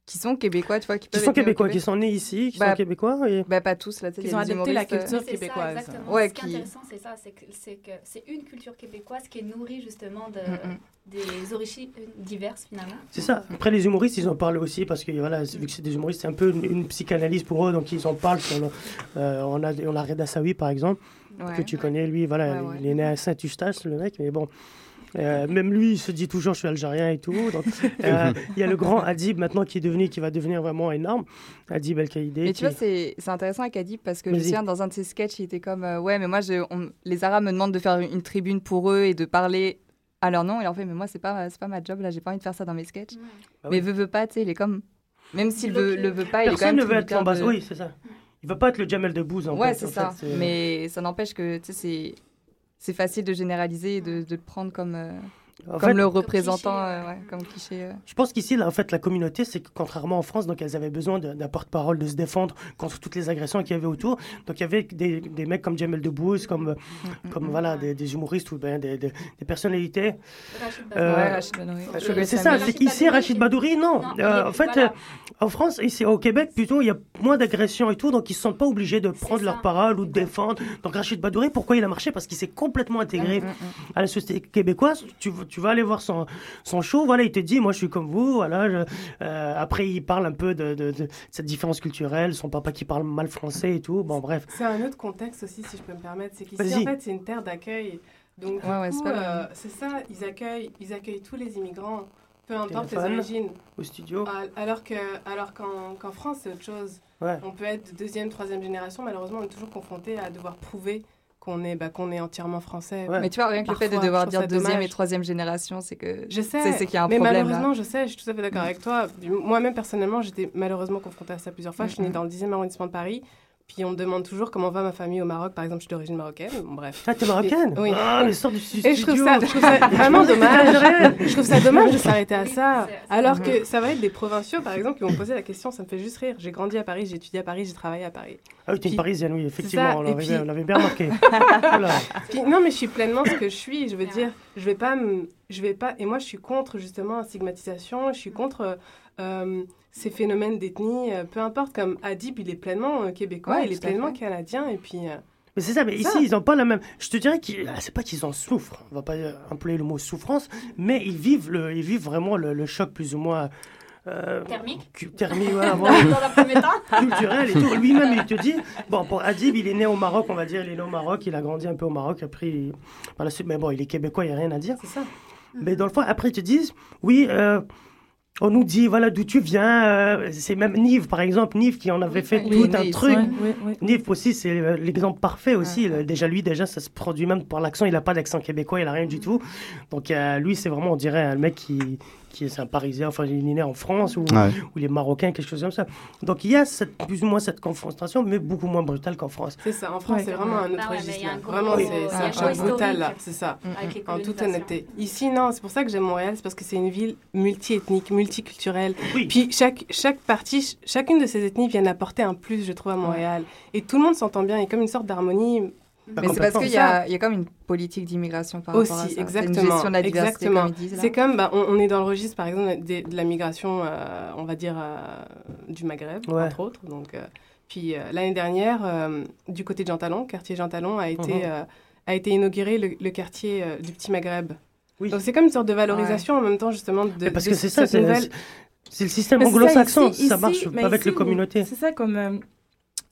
qui sont québécois, tu vois, qui,
qui
peuvent
sont
être nés au
québécois, qui
Québec.
sont nés ici, qui
Bah,
sont québécois et
Bah, pas tous, là, tu sais,
Qui
il y
ont
a des
adapté la
humoristes, euh,
culture
Oui, c'est ça,
québécoise.
exactement.
Ouais,
ce qui est
qui-
intéressant, c'est ça, c'est que c'est que c'est une culture québécoise qui est nourrie justement de,
Mm,
des origines diverses finalement.
c'est ça. Après les humoristes, ils en parlent aussi parce que voilà, c'est- vu que c'est des humoristes, c'est un peu une, une psychanalyse pour eux, donc ils en parlent. sur le- euh, on a on a Reda Sawi par exemple
euh, ouais.
que tu connais, lui voilà,
Ouais, ouais.
il est né à Saint-Eustache le mec, mais bon. euh, même lui, il se dit toujours je suis algérien et tout.
[LAUGHS]
Donc, euh, il y a le grand Adib maintenant qui est devenu, qui va devenir vraiment énorme. Adib El Kaïdé.
Mais tu vois, c'est c'est intéressant avec Adib parce que je me
Vas-y.
souviens, dans un de ses sketchs, il était comme euh, Ouais, mais moi, je, on- les Arabes me demandent de faire une, une tribune pour eux et de parler à leur nom. Et en fait, mais moi, c'est pas, c'est pas ma job, là, j'ai pas envie de faire ça dans mes sketchs.
Bah
mais
oui.
veut, veut pas, tu sais, il est comme. Même s'il veut,
Bloqué.
le veut pas, il est quand
personne
même.
ne veut être
tributaire
l'ambassadeur.
de-
Oui, c'est ça. Il va pas être le Jamel de Bouze. En
Ouais,
fait,
c'est ça.
en fait, c'est-
Mais ça n'empêche que tu sais, c'est c'est facile de généraliser et de, de le prendre comme, euh,
En
comme
fait,
le représentant,
cliché,
euh, ouais, comme cliché. euh.
Je pense qu'ici, là, en fait, la communauté, c'est que contrairement en France, donc elles avaient besoin d'un d'un porte-parole de se défendre contre toutes les agressions qu'il y avait autour. Donc il y avait des, des mecs comme Jamel Debbouze, comme, euh, comme voilà, des, des humoristes ou ben, des, des- des personnalités.
Rachid
Euh,
Ouais,
Badouri.
Rachid Benouri.
Euh,
Sugar
C'est ça,
Sammy.
c'est
Rachid
qu'ici,
Badouri, c'est-
Rachid Badouri, non.
Non,
Euh,
il est-
en fait,
voilà.
euh, en France, ici, au Québec, plutôt, il y a moins d'agressions et tout, donc ils ne se sentent pas obligés de prendre
ça.
leur parole ou de défendre. Donc Rachid Badouri, pourquoi il a marché Parce qu'il s'est complètement intégré à la société québécoise. Tu, tu vas aller voir son, son show, voilà, il te dit, moi je suis comme vous, voilà. je- euh, après, il parle un peu de, de- de cette différence culturelle, son papa qui parle mal français et tout. Bon, bref.
C'est un autre contexte aussi, si je peux me permettre. C'est qu'ici,
Vas-y.
en fait, c'est une terre d'accueil. Donc, du
Ouais, ouais, c'est
coup,
pas le-
euh, c'est ça, ils accueillent, ils accueillent tous les immigrants. Peu importe les
téléphone,
origines.
Au studio.
Al- Alors que, alors qu'en qu'en France, c'est autre chose.
Ouais.
On peut être de deuxième, troisième génération. Malheureusement, on est toujours confronté à devoir prouver qu'on est, bah, qu'on est entièrement français.
Mais tu vois, rien que le fait de
Parfois,
devoir
je
dire
trouve ça
deuxième
dommage.
et troisième génération, c'est que
Je sais,
c'est c'est qu'il y a un
mais
problème
malheureusement,
là.
je sais, je suis tout à fait d'accord avec toi. Moi-même, personnellement, j'étais malheureusement confrontée à ça plusieurs fois. Je suis née
Mhm.
dans le 10e arrondissement de Paris. Puis on me demande toujours comment va ma famille au Maroc. Par exemple, je suis d'origine marocaine. Bon, bref.
Ah, t'es marocaine
Et- oui.
Ah, mais sors du Ah, studio.
Et je trouve ça, je trouve ça
[LAUGHS]
vraiment dommage. je trouve ça dommage de s'arrêter à ça. Alors que ça va être des provinciaux, par exemple, qui vont me poser la question. Ça me fait juste rire. J'ai grandi à Paris, j'ai étudié à Paris, j'ai travaillé à Paris.
Ah oui, t'es une
Puis-
parisienne, oui, effectivement,
ça,
on
et
l'avait
puis-
bien- on l'avait
[LAUGHS]
bien remarqué. Voilà.
Ah,
Puis- non, mais je suis pleinement ce que je suis. Je veux dire, je vais pas, me- je vais pas. Et moi, je suis contre justement la stigmatisation. Je suis contre euh, euh, ces phénomènes d'ethnie, euh, peu importe. Comme Adib, il est pleinement euh, québécois,
Ouais,
il est
tout à
pleinement
fait.
canadien. Et puis, euh,
Mais c'est ça, mais
Ça.
ici, ils n'ont pas la même. Je te dirais que c'est pas qu'ils en souffrent, on va pas euh, employer le mot souffrance, mais ils vivent, le, ils vivent vraiment le, le choc plus ou moins. euh,
Thermique
cu- Thermique, ouais,
Dans
voilà,
un premier temps
culturel et tout. Lui-même, il te dit. Bon, pour Adib, il est né au Maroc, on va dire, il est né au Maroc, il a grandi un peu au Maroc, après, il- par la suite, mais bon, il est québécois, il n'y a rien à dire.
c'est ça.
Mais dans le fond, après, ils te disent, oui, euh, on nous dit, voilà, d'où tu viens. euh, c'est même Nive, par exemple, Nive qui en avait fait
oui,
tout un
Nive,
truc.
ouais.
Oui, oui.
Nif aussi, c'est euh, l'exemple parfait aussi. Le- Déjà, lui, déjà, ça se produit même par l'accent. Il n'a pas d'accent québécois, il n'a rien du tout. Donc, euh, lui, c'est vraiment, on dirait, un mec qui, qui est, c'est un Parisien, enfin, il est né en France ou,
Ouais.
ou il est marocain, quelque chose comme ça. Donc, il y a cette, plus ou moins cette confrontation, mais beaucoup moins brutale qu'en France.
C'est ça. En France,
Ouais.
c'est vraiment un autre
Bah ouais, mais
registre.
il y a
là.
un gros-
Vraiment,
Oui.
c'est-
Ah,
c'est
un
un
choc
choc brutal là.
historique.
C'est ça.
Mm,
avec les
En toute
colonisations.
honnêteté. Ici, non, c'est pour ça que j'aime Montréal, c'est parce que c'est une ville multi-ethnique, multiculturelle.
Oui.
Puis chaque, chaque partie, ch- chacune de ces ethnies viennent apporter un plus, je trouve, à Montréal. Et tout le monde s'entend bien, il y a comme une sorte d'harmonie.
Mm.
Bah,
Mais c'est parce
complètement.
qu'il y a, il y a comme une politique d'immigration par
Aussi,
rapport à ça. C'est une
exactement,
gestion de la diversité,
exactement.
comme ils disent là.
C'est comme, bah, on, on est dans le registre, par exemple, des- de, la migration, euh, on va dire, euh, du Maghreb,
Ouais.
entre autres. Donc, euh, puis euh, l'année dernière, euh, du côté de Jean Talon, quartier Jean Talon a été,
Mhm.
euh, a été inauguré le, le quartier euh, du Petit Maghreb.
Oui.
Donc c'est comme une sorte de valorisation en même temps, justement, de,
Mais parce
de
que c'est ça,
cette
c'est
nouvelle.
c'est le système
Mais c'est ça,
anglo-saxon.
ici-
Ça
ici-
marche
mais
avec
ici,
les communautés.
C'est ça, comme, euh,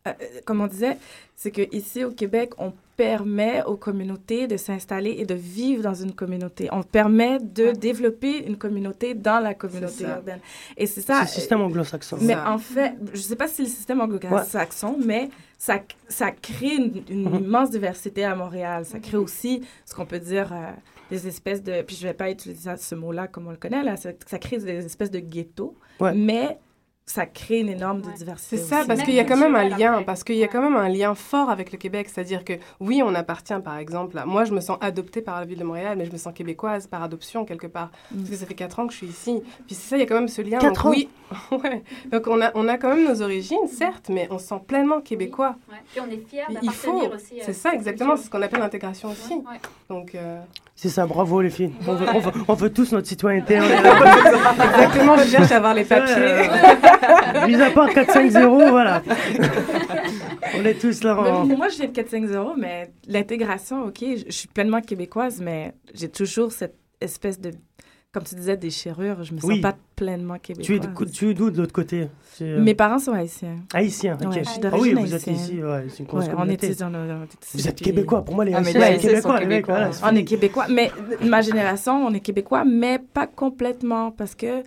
euh, comme on disait, c'est qu'ici, au Québec, on permet aux communautés de s'installer et de vivre dans une communauté. On permet de développer une communauté dans la communauté
C'est ça.
urbaine. Et c'est
C'est
ça.
le système anglo-saxon.
Mais
Ça.
en fait, je ne sais pas si le système anglo-saxon, mais ça, ça crée une, une
Mhm.
immense diversité à Montréal. Ça crée aussi ce qu'on peut dire euh, des espèces de... Puis je ne vais pas utiliser ça- ce mot-là comme on le connaît, là. Ça, ça crée des espèces de ghettos,
Ouais.
mais ça crée une énorme
Ouais.
diversité
C'est ça,
aussi.
parce
Même
qu'il y a quand même un
culturel,
lien,
après.
parce qu'il y a quand même un lien fort avec le Québec, c'est-à-dire que oui, on appartient, par exemple, à- moi je me sens adoptée par la ville de Montréal, mais je me sens québécoise par adoption quelque part, parce que ça fait 4 ans que je suis ici. Puis c'est ça, il y a quand même ce lien.
Quatre
donc,
ans
Oui, [LAUGHS] ouais. donc on a, on a quand même nos origines, certes, mais on se sent pleinement québécois.
Ouais. Puis on est fiers
Puis il
d'appartenir
faut.
aussi. à
C'est
cette
ça exactement, c'est
culture.
ce qu'on appelle l'intégration aussi.
Ouais, ouais.
Donc euh,
C'est ça, bravo les filles. On veut,
Ouais.
on veut- on veut tous notre citoyenneté. On
[LAUGHS]
est
exactement, je cherche à avoir les papiers.
Euh, mis à part 4-5-0, voilà. on est tous là en.
Mais moi, j'ai le 450, mais l'intégration, OK, je, je suis pleinement québécoise, mais j'ai toujours cette espèce de, comme tu disais, déchirure. Je ne me sens
Oui.
pas pleinement
Tu es,
québécoise.
de- tu es d'où de l'autre côté C'est, euh,
Mes parents sont haïtiens.
Haïtien, ok.
Ouais, je suis
ah oui,
d'origine
vous êtes
haïtienne.
ici, ouais, c'est une grosse
Ouais, on
communauté.
est ici dans le- on est ici
Vous êtes
depuis-
Québécois, pour moi les
Ah, mais
Haïtiens,
les
c'est
Haïtiens
Québécois,
sont
les mecs,
Québécois.
voilà, c'est
On est
fini.
québécois, mais ma génération, on est québécois, mais pas complètement, parce que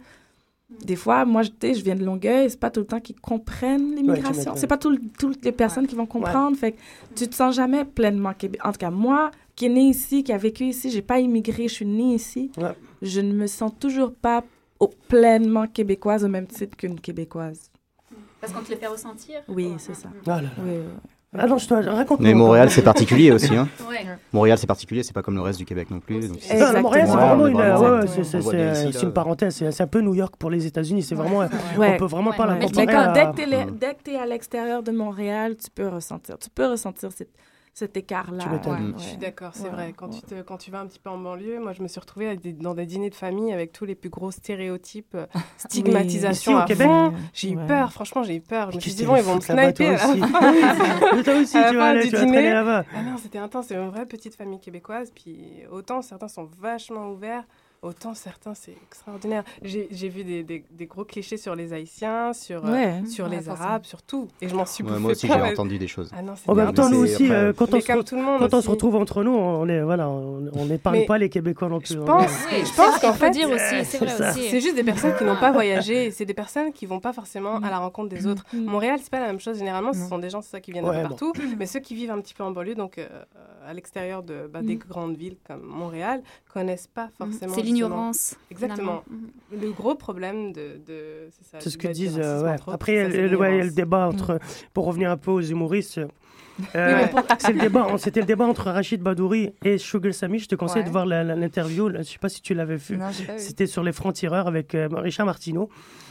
des fois, moi, je tu sais, je viens de Longueuil, c'est pas tout le temps qu'ils comprennent
Ouais, tu
l'immigration.
m'étonnes.
c'est pas tout le- toutes les personnes qui vont comprendre. Fait que tu te sens jamais pleinement québécois. En tout cas, moi, qui est né ici, qui a vécu ici, j'ai pas immigré, je suis née ici,
Ouais.
je ne me sens toujours pas au- pleinement québécoise au même titre qu'une québécoise.
Parce qu'on te le fait ressentir.
Oui,
Ouais. Mm,
c'est ça.
Ah, là, là.
Oui, oui,
Ah non, je te raconte.
Mais Montréal, c'est particulier aussi. Hein.
mm. Ouais.
Montréal, c'est particulier, c'est pas comme le reste du Québec non plus. donc c'est-
Exact.
Ah, Non, Montréal, c'est
Exactement.
vraiment
Ouais,
une,
on est
ouais,
vraiment-
ouais, c'est- c'est-
on voit euh. bien
c'est-
ici,
c'est
là.
une parenthèse, c'est c'est un peu New York pour les États-Unis, c'est vraiment,
oui. Ouais.
on peut vraiment pas la Ah,
Ouais,
Mais,
comparer
mais quand, dès
à...
que t'es le- dès que tu es à l'extérieur de Montréal, tu peux ressentir. Tu peux ressentir cet, cet écart-là.
Tu m'étonnes.
Ouais,
Je suis
ouais.
d'accord, c'est
Ouais,
vrai. Quand,
ouais.
tu te- quand tu vas un petit peu en banlieue, moi je me suis retrouvée à des- dans des dîners de famille avec tous les plus gros stéréotypes,
[LAUGHS]
euh, stigmatisation
Ici, au
à
Québec,
fond. J'ai eu
Ouais.
peur, franchement j'ai eu peur. Je me suis
Qu'est-ce
dit
que
bon
t'allais
ils vont me
foutre là-bas,
sniper. hein. [LAUGHS]
toi aussi. [LAUGHS] Mais toi aussi,
À la
tu vas
fin
aller,
du
tu vas traîner
dîner.
là-bas. [LAUGHS]
Ah non, c'était intense, c'est une vraie petite famille québécoise. Puis autant certains sont vachement ouverts, Autant certains, c'est extraordinaire. J'ai j'ai vu des, des- des gros clichés sur les Haïtiens, sur, euh,
Ouais.
sur
Ouais,
les
forcément.
Arabes, sur tout. Et je m'en suis
Ouais,
bouffée
moi aussi, j'ai
plein la-
entendu des choses.
Ah non, c'est
En même
mais
temps, Oh, bah, nous
c'est
aussi,
après-
euh, quand, on
Mais
se,
comme tout le monde.
quand on se
aussi.
retrouve entre nous, on est voilà, on on n'épargne
Mais
pas les Québécois non plus. hein.
Je
on
pense,
est-
Oui,
je pense qu'en
il faut
fait,
dire aussi, c'est vrai
c'est ça.
aussi.
c'est juste des personnes qui n'ont pas voyagé. C'est des personnes qui vont pas forcément à la rencontre des autres. Montréal, c'est pas la même chose. Généralement, ce
Non.
sont des gens, c'est ça, qui viennent
Ouais,
un peu partout.
bon.
Mais ceux qui vivent un petit peu en banlieue, donc euh, à l'extérieur de, bah, des
Mm.
grandes villes comme Montréal, connaissent pas forcément.
C'est
justement-
l'ignorance. finalement.
Exactement.
Mhm.
Le gros problème de. de- c'est ça,
C'est ce
du-
que
bah, du
disent. euh,
racisme,
ouais.
entre autres,
Après,
c'est
il y a
ça,
le-
c'est
le- ouais, il y a le
l'ignorance.
débat entre. Pour revenir un peu aux
[LAUGHS]
humoristes. euh,
mais
c'est le débat, on- c'était le débat entre Rachid Badouri et Sugar Sami. Je te conseille
Ouais.
de voir la- la- l'interview. là, Je ne sais pas si tu l'avais vu.
Non, j'ai pas eu.
C'était sur les francs-tireurs avec euh, Richard Martineau.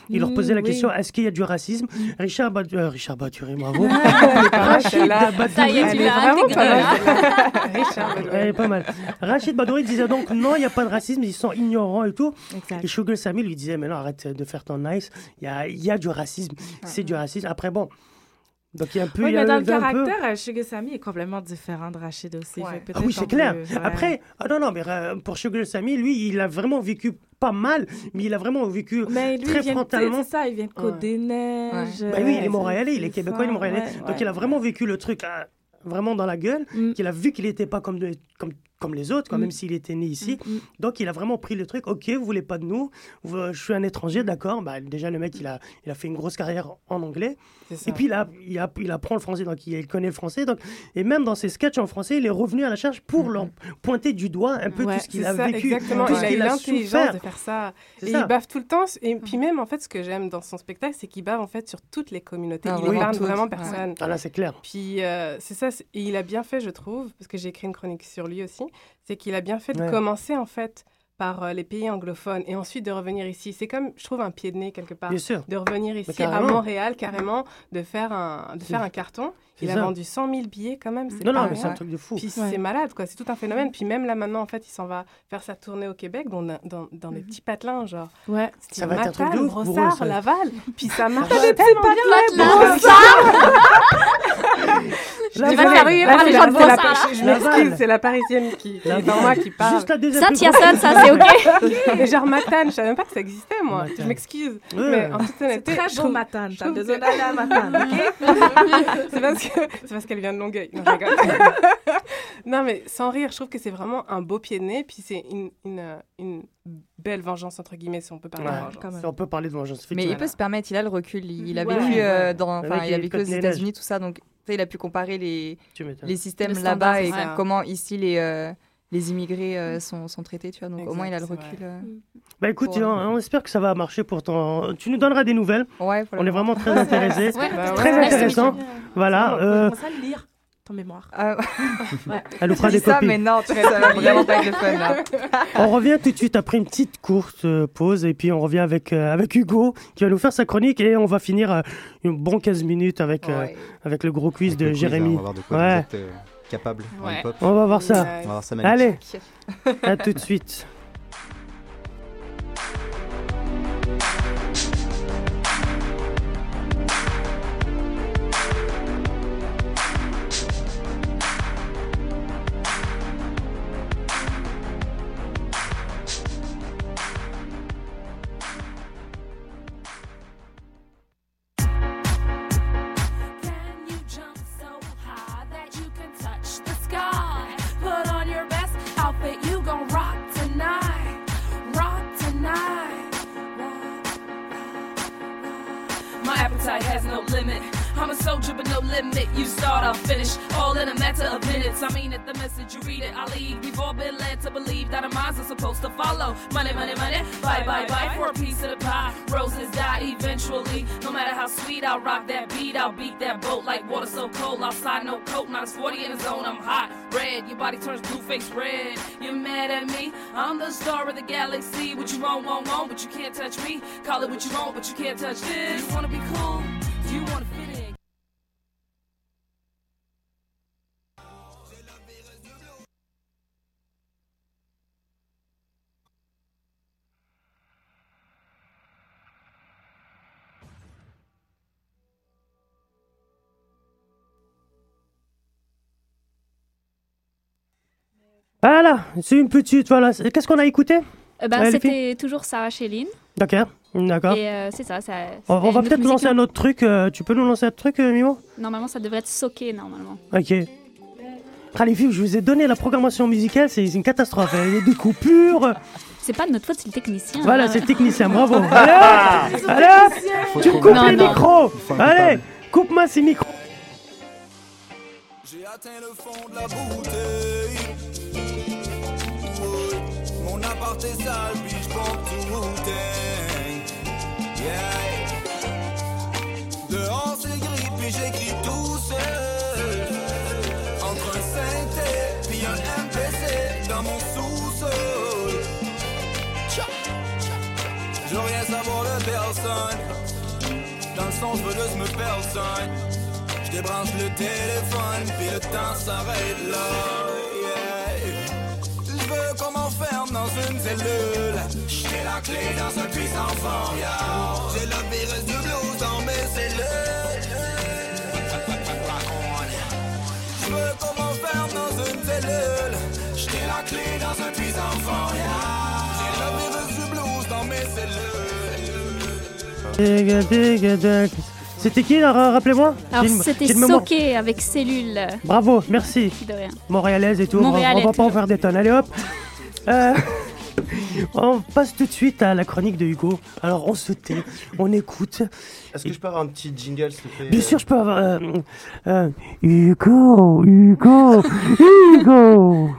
Il
Mm,
leur posait la question est-ce qu'il y a du racisme Richard Badouri, Richard Badouri, [LAUGHS] bravo.
Ah,
Rachid
Ça y est,
Badouri.
tu
Elle est
l'as
vraiment
intégré.
pas mal. [LAUGHS] Richard,
Ouais, pas mal. Rachid Badouri disait donc non, il n'y a pas de racisme, ils sont ignorants et tout.
Exact.
Et Sugar Sammy lui disait, mais non, arrête de faire ton nice, il y a, il y a du racisme, c'est du racisme. Après, bon, donc il y a un peu...
Oui,
il y a
mais dans le
il y a un peu-
caractère, euh, Sami est complètement différent de Rachid aussi.
Ouais.
Fait que
Ah
peut-être
oui,
on
c'est clair.
peut- ouais.
Après, ah non, non, mais euh, pour Sugar Sammy, lui, il a vraiment vécu pas mal, mais il a vraiment vécu...
mais lui,
très
il vient, de-
frontalement-
c'est ça, il vient de Côte des Neiges.
Bah oui, il est
euh,
montréalais, il est
c'est
québécois, il est
ça,
montréalais.
ouais,
donc
ouais.
il a vraiment vécu le truc euh, vraiment dans la gueule,
Mm.
qu'il a vu qu'il n'était pas comme, de- comme, comme les autres, quand
Mm.
même s'il était né ici.
Mm.
Donc il a vraiment pris le truc, ok, vous voulez pas de nous, vous- euh, je suis un étranger, d'accord. Bah, déjà, le mec, il a, il a fait une grosse carrière en anglais.
c'est ça.
Et puis il, a- il, a- il apprend le français, donc il connaît le français. Donc, et même dans ses sketchs en français, il est revenu à la charge pour leur pointer du doigt un peu
Ouais,
tout ce qu'il
Mm-hmm. C'est ça,
a vécu,
Exactement.
tout
Il a
ce
eu
qu'il a
l'intelligence
souffert.
de faire ça.
C'est
Et
ça. Mmh.
il bave tout le temps. Et puis même, en fait, ce que j'aime dans son spectacle, c'est qu'il bave en fait sur toutes les communautés.
Ah,
il
vraiment
épargne
toutes.
vraiment
Ouais.
personne.
Ah là, c'est clair.
Puis euh, c'est ça, c'est- et il a bien fait, je trouve, parce que j'ai écrit une chronique sur lui aussi, c'est qu'il a bien fait de
Ouais.
commencer en fait par euh, les pays anglophones et ensuite de revenir ici. C'est comme, je trouve, un pied de nez quelque part.
Bien sûr.
De revenir ici à
carrément.
Montréal carrément, de faire un, de faire un carton.
C'est
Il a
ça. Mmh.
vendu 100 000 billets quand même. c'est
Non,
pas
non, mais
rien.
c'est un truc de fou.
Puis
Ouais.
c'est malade, quoi. C'est tout un phénomène. Puis même là, maintenant, en fait, il s'en va faire sa tournée au Québec dans, dans, dans
Mmh.
des petits patelins, genre.
mm, Ouais.
Ça va être un truc de
Matane,
ouf pour eux,
Brossard,
ça. [LAUGHS]
Laval. Puis ça marche
des
tellement
petits
bien.
Là,
Tu vas
voilà.
faire rire par les gens de
c'est la,
Brossard.
je
Laval.
m'excuse, c'est la parisienne qui, qui est
Laval.
dans moi qui parle.
Juste la deuxième.
Ça,
plus
tiens
grosse-
ça, ça, c'est
[LAUGHS]
OK.
Et genre Matane, je savais même pas que ça existait, moi.
Matane.
Je m'excuse.
Ouais.
Mais en toute honnêteté,
Très
je
bon
trouve- [LAUGHS]
matin. T'as
trouve
besoin
que-
d'aller à matin.
c'est parce que c'est parce qu'elle vient de Longueuil. Non, je rigole. [LAUGHS] non, mais sans rire, je trouve que c'est vraiment un beau pied de nez. Puis c'est une, une, euh, une belle vengeance, entre guillemets, si on peut parler
Ouais.
de vengeance.
Quand même.
On peut parler de vengeance. hein.
Mais il
effectivement.
peut se permettre, il a le recul. Il, il a
Ouais.
vécu euh, dans,
Le
enfin,
mec,
il a
il
vécu
cote
aux
les neiges.
États-Unis, tout ça. Donc, tu sais, il a pu comparer les,
Tu m'étonnes.
les systèmes
Le standard,
là-bas et
ouais.
comment ici les, euh, les immigrés euh, sont, sont traités, tu vois. Donc, au
Exact,
moins, il a le
c'est
recul. euh.
Bah écoute,
Ouais.
on, on espère que ça va marcher pour ton. Tu nous donneras des nouvelles.
Ouais, pour le
On est
moment.
[LAUGHS]
vraiment très intéressés.
Ouais.
Bah
Très
Merci,
intéressant.
Michel.
Voilà. euh,
commence à le lire, ton mémoire.
[LAUGHS] Ah,
elle nous fera
dis
des
ça, mais
copies.
non, ça
[LAUGHS]
va vraiment pas être le fun là.
Ah.
On revient tout de suite après une petite courte euh, pause et puis on revient avec, euh, avec Hugo qui va nous faire sa chronique et on va finir euh, une bonne 15 minutes avec, euh,
Ouais.
avec le gros quiz de
Le quiz, hein, On
Jérémy.
va voir de quoi
Ouais.
vous êtes euh, capable en
Ouais.
hip-hop.
On va voir ça.
On va voir ça, Manu.
Allez, à tout de suite.
Can you jump so high that you can touch the sky? Put on your best outfit, you gon' rock tonight. Rock tonight. Rock, rock, rock. My appetite has no limit. I'm a soldier, but no limit. You start, I'll finish. All in a matter of minutes. I mean it, the message, you read it, I leave. We've all been led to believe that our minds are supposed to follow. Money, money, money. Bye, bye, bye. For a piece of the pie. Roses die eventually. No matter how sweet, I'll rock that beat. I'll beat that boat like water so cold. Outside, no coat. Minus 40 in the zone. I'm hot. Red. Your body turns blue face red. You're mad at me. I'm the star of the galaxy. What you want, want, want. But you can't touch me. Call it what you want, but you can't touch this. Do you want to be cool? Do you want to fit in?
Voilà, c'est une petite. Voilà. c'est- Qu'est-ce qu'on a écouté
Euh, ben,
Ouais, les
C'était toujours Sarah Chéline.
Ok, d'accord.
Et euh, c'est ça. ça
On,
c'était
on va
une
peut-être
autre
lancer
musique.
un autre truc. euh, tu peux nous lancer un truc, euh, Mimo
Normalement, ça devrait être soqué, normalement.
Ok. Ah, les filles, je vous ai donné la programmation musicale, c'est une catastrophe. hein. Il y a des coupures.
C'est pas de notre faute, c'est le technicien.
Voilà,
hein.
c'est le technicien,
[LAUGHS]
bravo. Allez, allez,
Faut
tu me
trouver
coupes
un
les
coupable.
micros.
Il faut un
Allez, coupe-moi ces micros.
J'ai atteint le fond de la bouteille. Mon appart est sale, puis je tout Wu-Tang. Yeah. Dehors c'est gris, puis j'écris tout seul. Entre un synthé, puis un MPC dans mon sous-sol. Tcha, tcha. Je veux rien savoir de personne. Dans le son, je veux juste me personne. Je débranche le téléphone, puis le temps s'arrête là. yeah. Je veux qu'on m'enferme dans une cellule. J'ai la clé dans un puits sans fond. yeah. J'ai le virus du blues dans mes cellules. Je veux qu'on m'enferme dans une cellule. J'ai la clé dans un puits sans fond. yeah. J'ai le virus du blues dans mes cellules.
Diga, diga, diga. C'était qui, là, ra- rappelez-moi
Alors,
J'ai une-
c'était
j'ai une mémoire.
soqué avec cellule.
Bravo, merci.
De rien.
Montréalaise et tout, on va-
Montréalais,
on va pas en
toujours.
faire des tonnes. Allez hop Euh, [LAUGHS] On passe tout de suite à la chronique de Hugo. Alors on se tait, on écoute.
Est-ce que je peux avoir un petit jingle, s'il te plaît
Bien sûr, je peux avoir. euh, euh, Hugo, Hugo,
[LAUGHS]
Hugo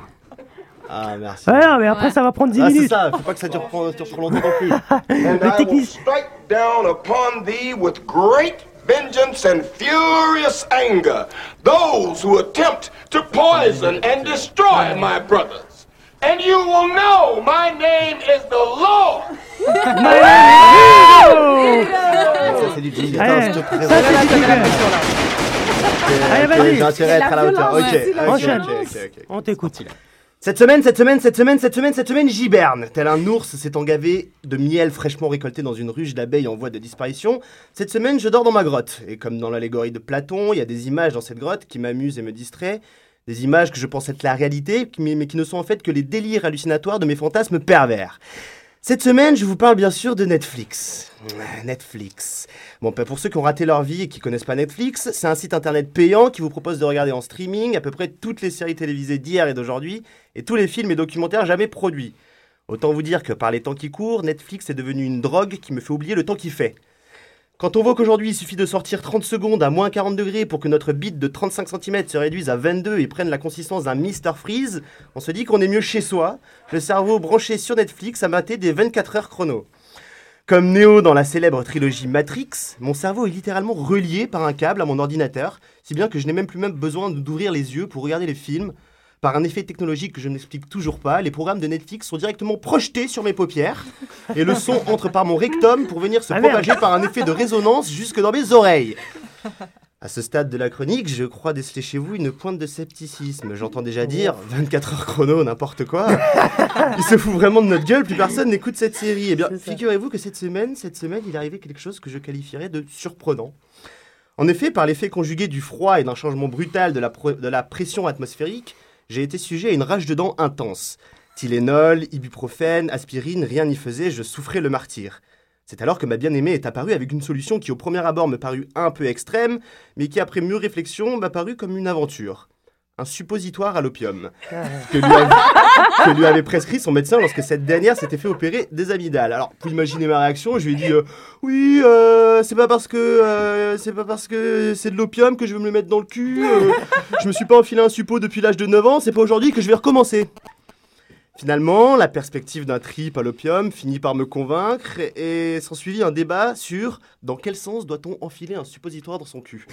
Ah, merci.
Ouais, non, mais après, ça va prendre 10
Ah,
minutes.
c'est ça, faut pas que ça dure trop, dure trop longtemps non
[LAUGHS]
plus.
And
Le
I will
technicien.
strike down upon thee with great vengeance and furious anger those who attempt to poison and destroy my brothers. And you will know my name is the Lord.
Ça, c'est du jingle.
Allez,
Attends, je te
ça, c'est du jingle. Allez,
Ok,
vas-y.
j'ai intérêt à être à la hauteur. Ok, ok,
Enchaîne.
ok, ok, ok.
On t'écoute.
Cette semaine, cette semaine, cette semaine, cette semaine, cette semaine, j'hiberne. Tel un ours s'est engavé de miel fraîchement récolté dans une ruche d'abeilles en voie de disparition. Cette semaine, je dors dans ma grotte. Et comme dans l'allégorie de Platon, il y a des images dans cette grotte qui m'amusent et me distraient. Des images que je pense être la réalité, qui- mais mais qui ne sont en fait que les délires hallucinatoires de mes fantasmes pervers. Cette semaine, je vous parle bien sûr de Netflix. Netflix. Bon, ben, pour ceux qui ont raté leur vie et qui connaissent pas Netflix, c'est un site internet payant qui vous propose de regarder en streaming à peu près toutes les séries télévisées d'hier et d'aujourd'hui et tous les films et documentaires jamais produits. Autant vous dire que par les temps qui courent, Netflix est devenu une drogue qui me fait oublier le temps qui fait. Quand on voit qu'aujourd'hui il suffit de sortir 30 secondes à moins 40 degrés pour que notre bite de 35 cm se réduise à 22 et prenne la consistance d'un Mister Freeze, on se dit qu'on est mieux chez soi, le cerveau branché sur Netflix à mater des 24 heures chrono. Comme Neo dans la célèbre trilogie Matrix, mon cerveau est littéralement relié par un câble à mon ordinateur, si bien que je n'ai même plus même besoin d'ouvrir les yeux pour regarder les films. Par un effet technologique que je n'explique toujours pas, les programmes de Netflix sont directement projetés sur mes paupières et le
[LAUGHS]
son entre par mon rectum pour venir se
Ah, merde.
propager par un effet de résonance jusque dans mes oreilles. À ce stade de la chronique, je crois déceler chez vous une pointe de scepticisme. J'entends
Oh.
déjà dire 24 heures chrono, n'importe quoi. Il se fout vraiment de notre gueule, plus personne n'écoute cette série. Eh bien, figurez-vous que cette semaine, cette semaine, il est arrivé quelque chose que je qualifierais de surprenant. En effet, par l'effet conjugué du froid et d'un changement brutal de la, pro- de la pression atmosphérique, j'ai été sujet à une rage de dents intense. Tylenol, ibuprofène, aspirine, rien n'y faisait, je souffrais le martyr. C'est alors que ma bien-aimée est apparue avec une solution qui au premier abord me parut un peu extrême, mais qui après mûre réflexion m'a paru comme une aventure. Un suppositoire à l'opium que lui, avait, que lui avait prescrit son médecin lorsque cette dernière s'était fait opérer des amygdales. Alors, pour imaginer ma réaction, je lui ai dit euh, Oui, euh, c'est pas parce que euh, c'est pas parce que c'est de l'opium que je vais me le mettre dans le cul. euh, je me suis pas enfilé un suppôt depuis l'âge de 9 ans, c'est pas aujourd'hui que je vais recommencer. Finalement, la perspective d'un trip à l'opium finit par me convaincre et s'ensuivit un débat sur dans quel sens doit-on enfiler un suppositoire dans son cul.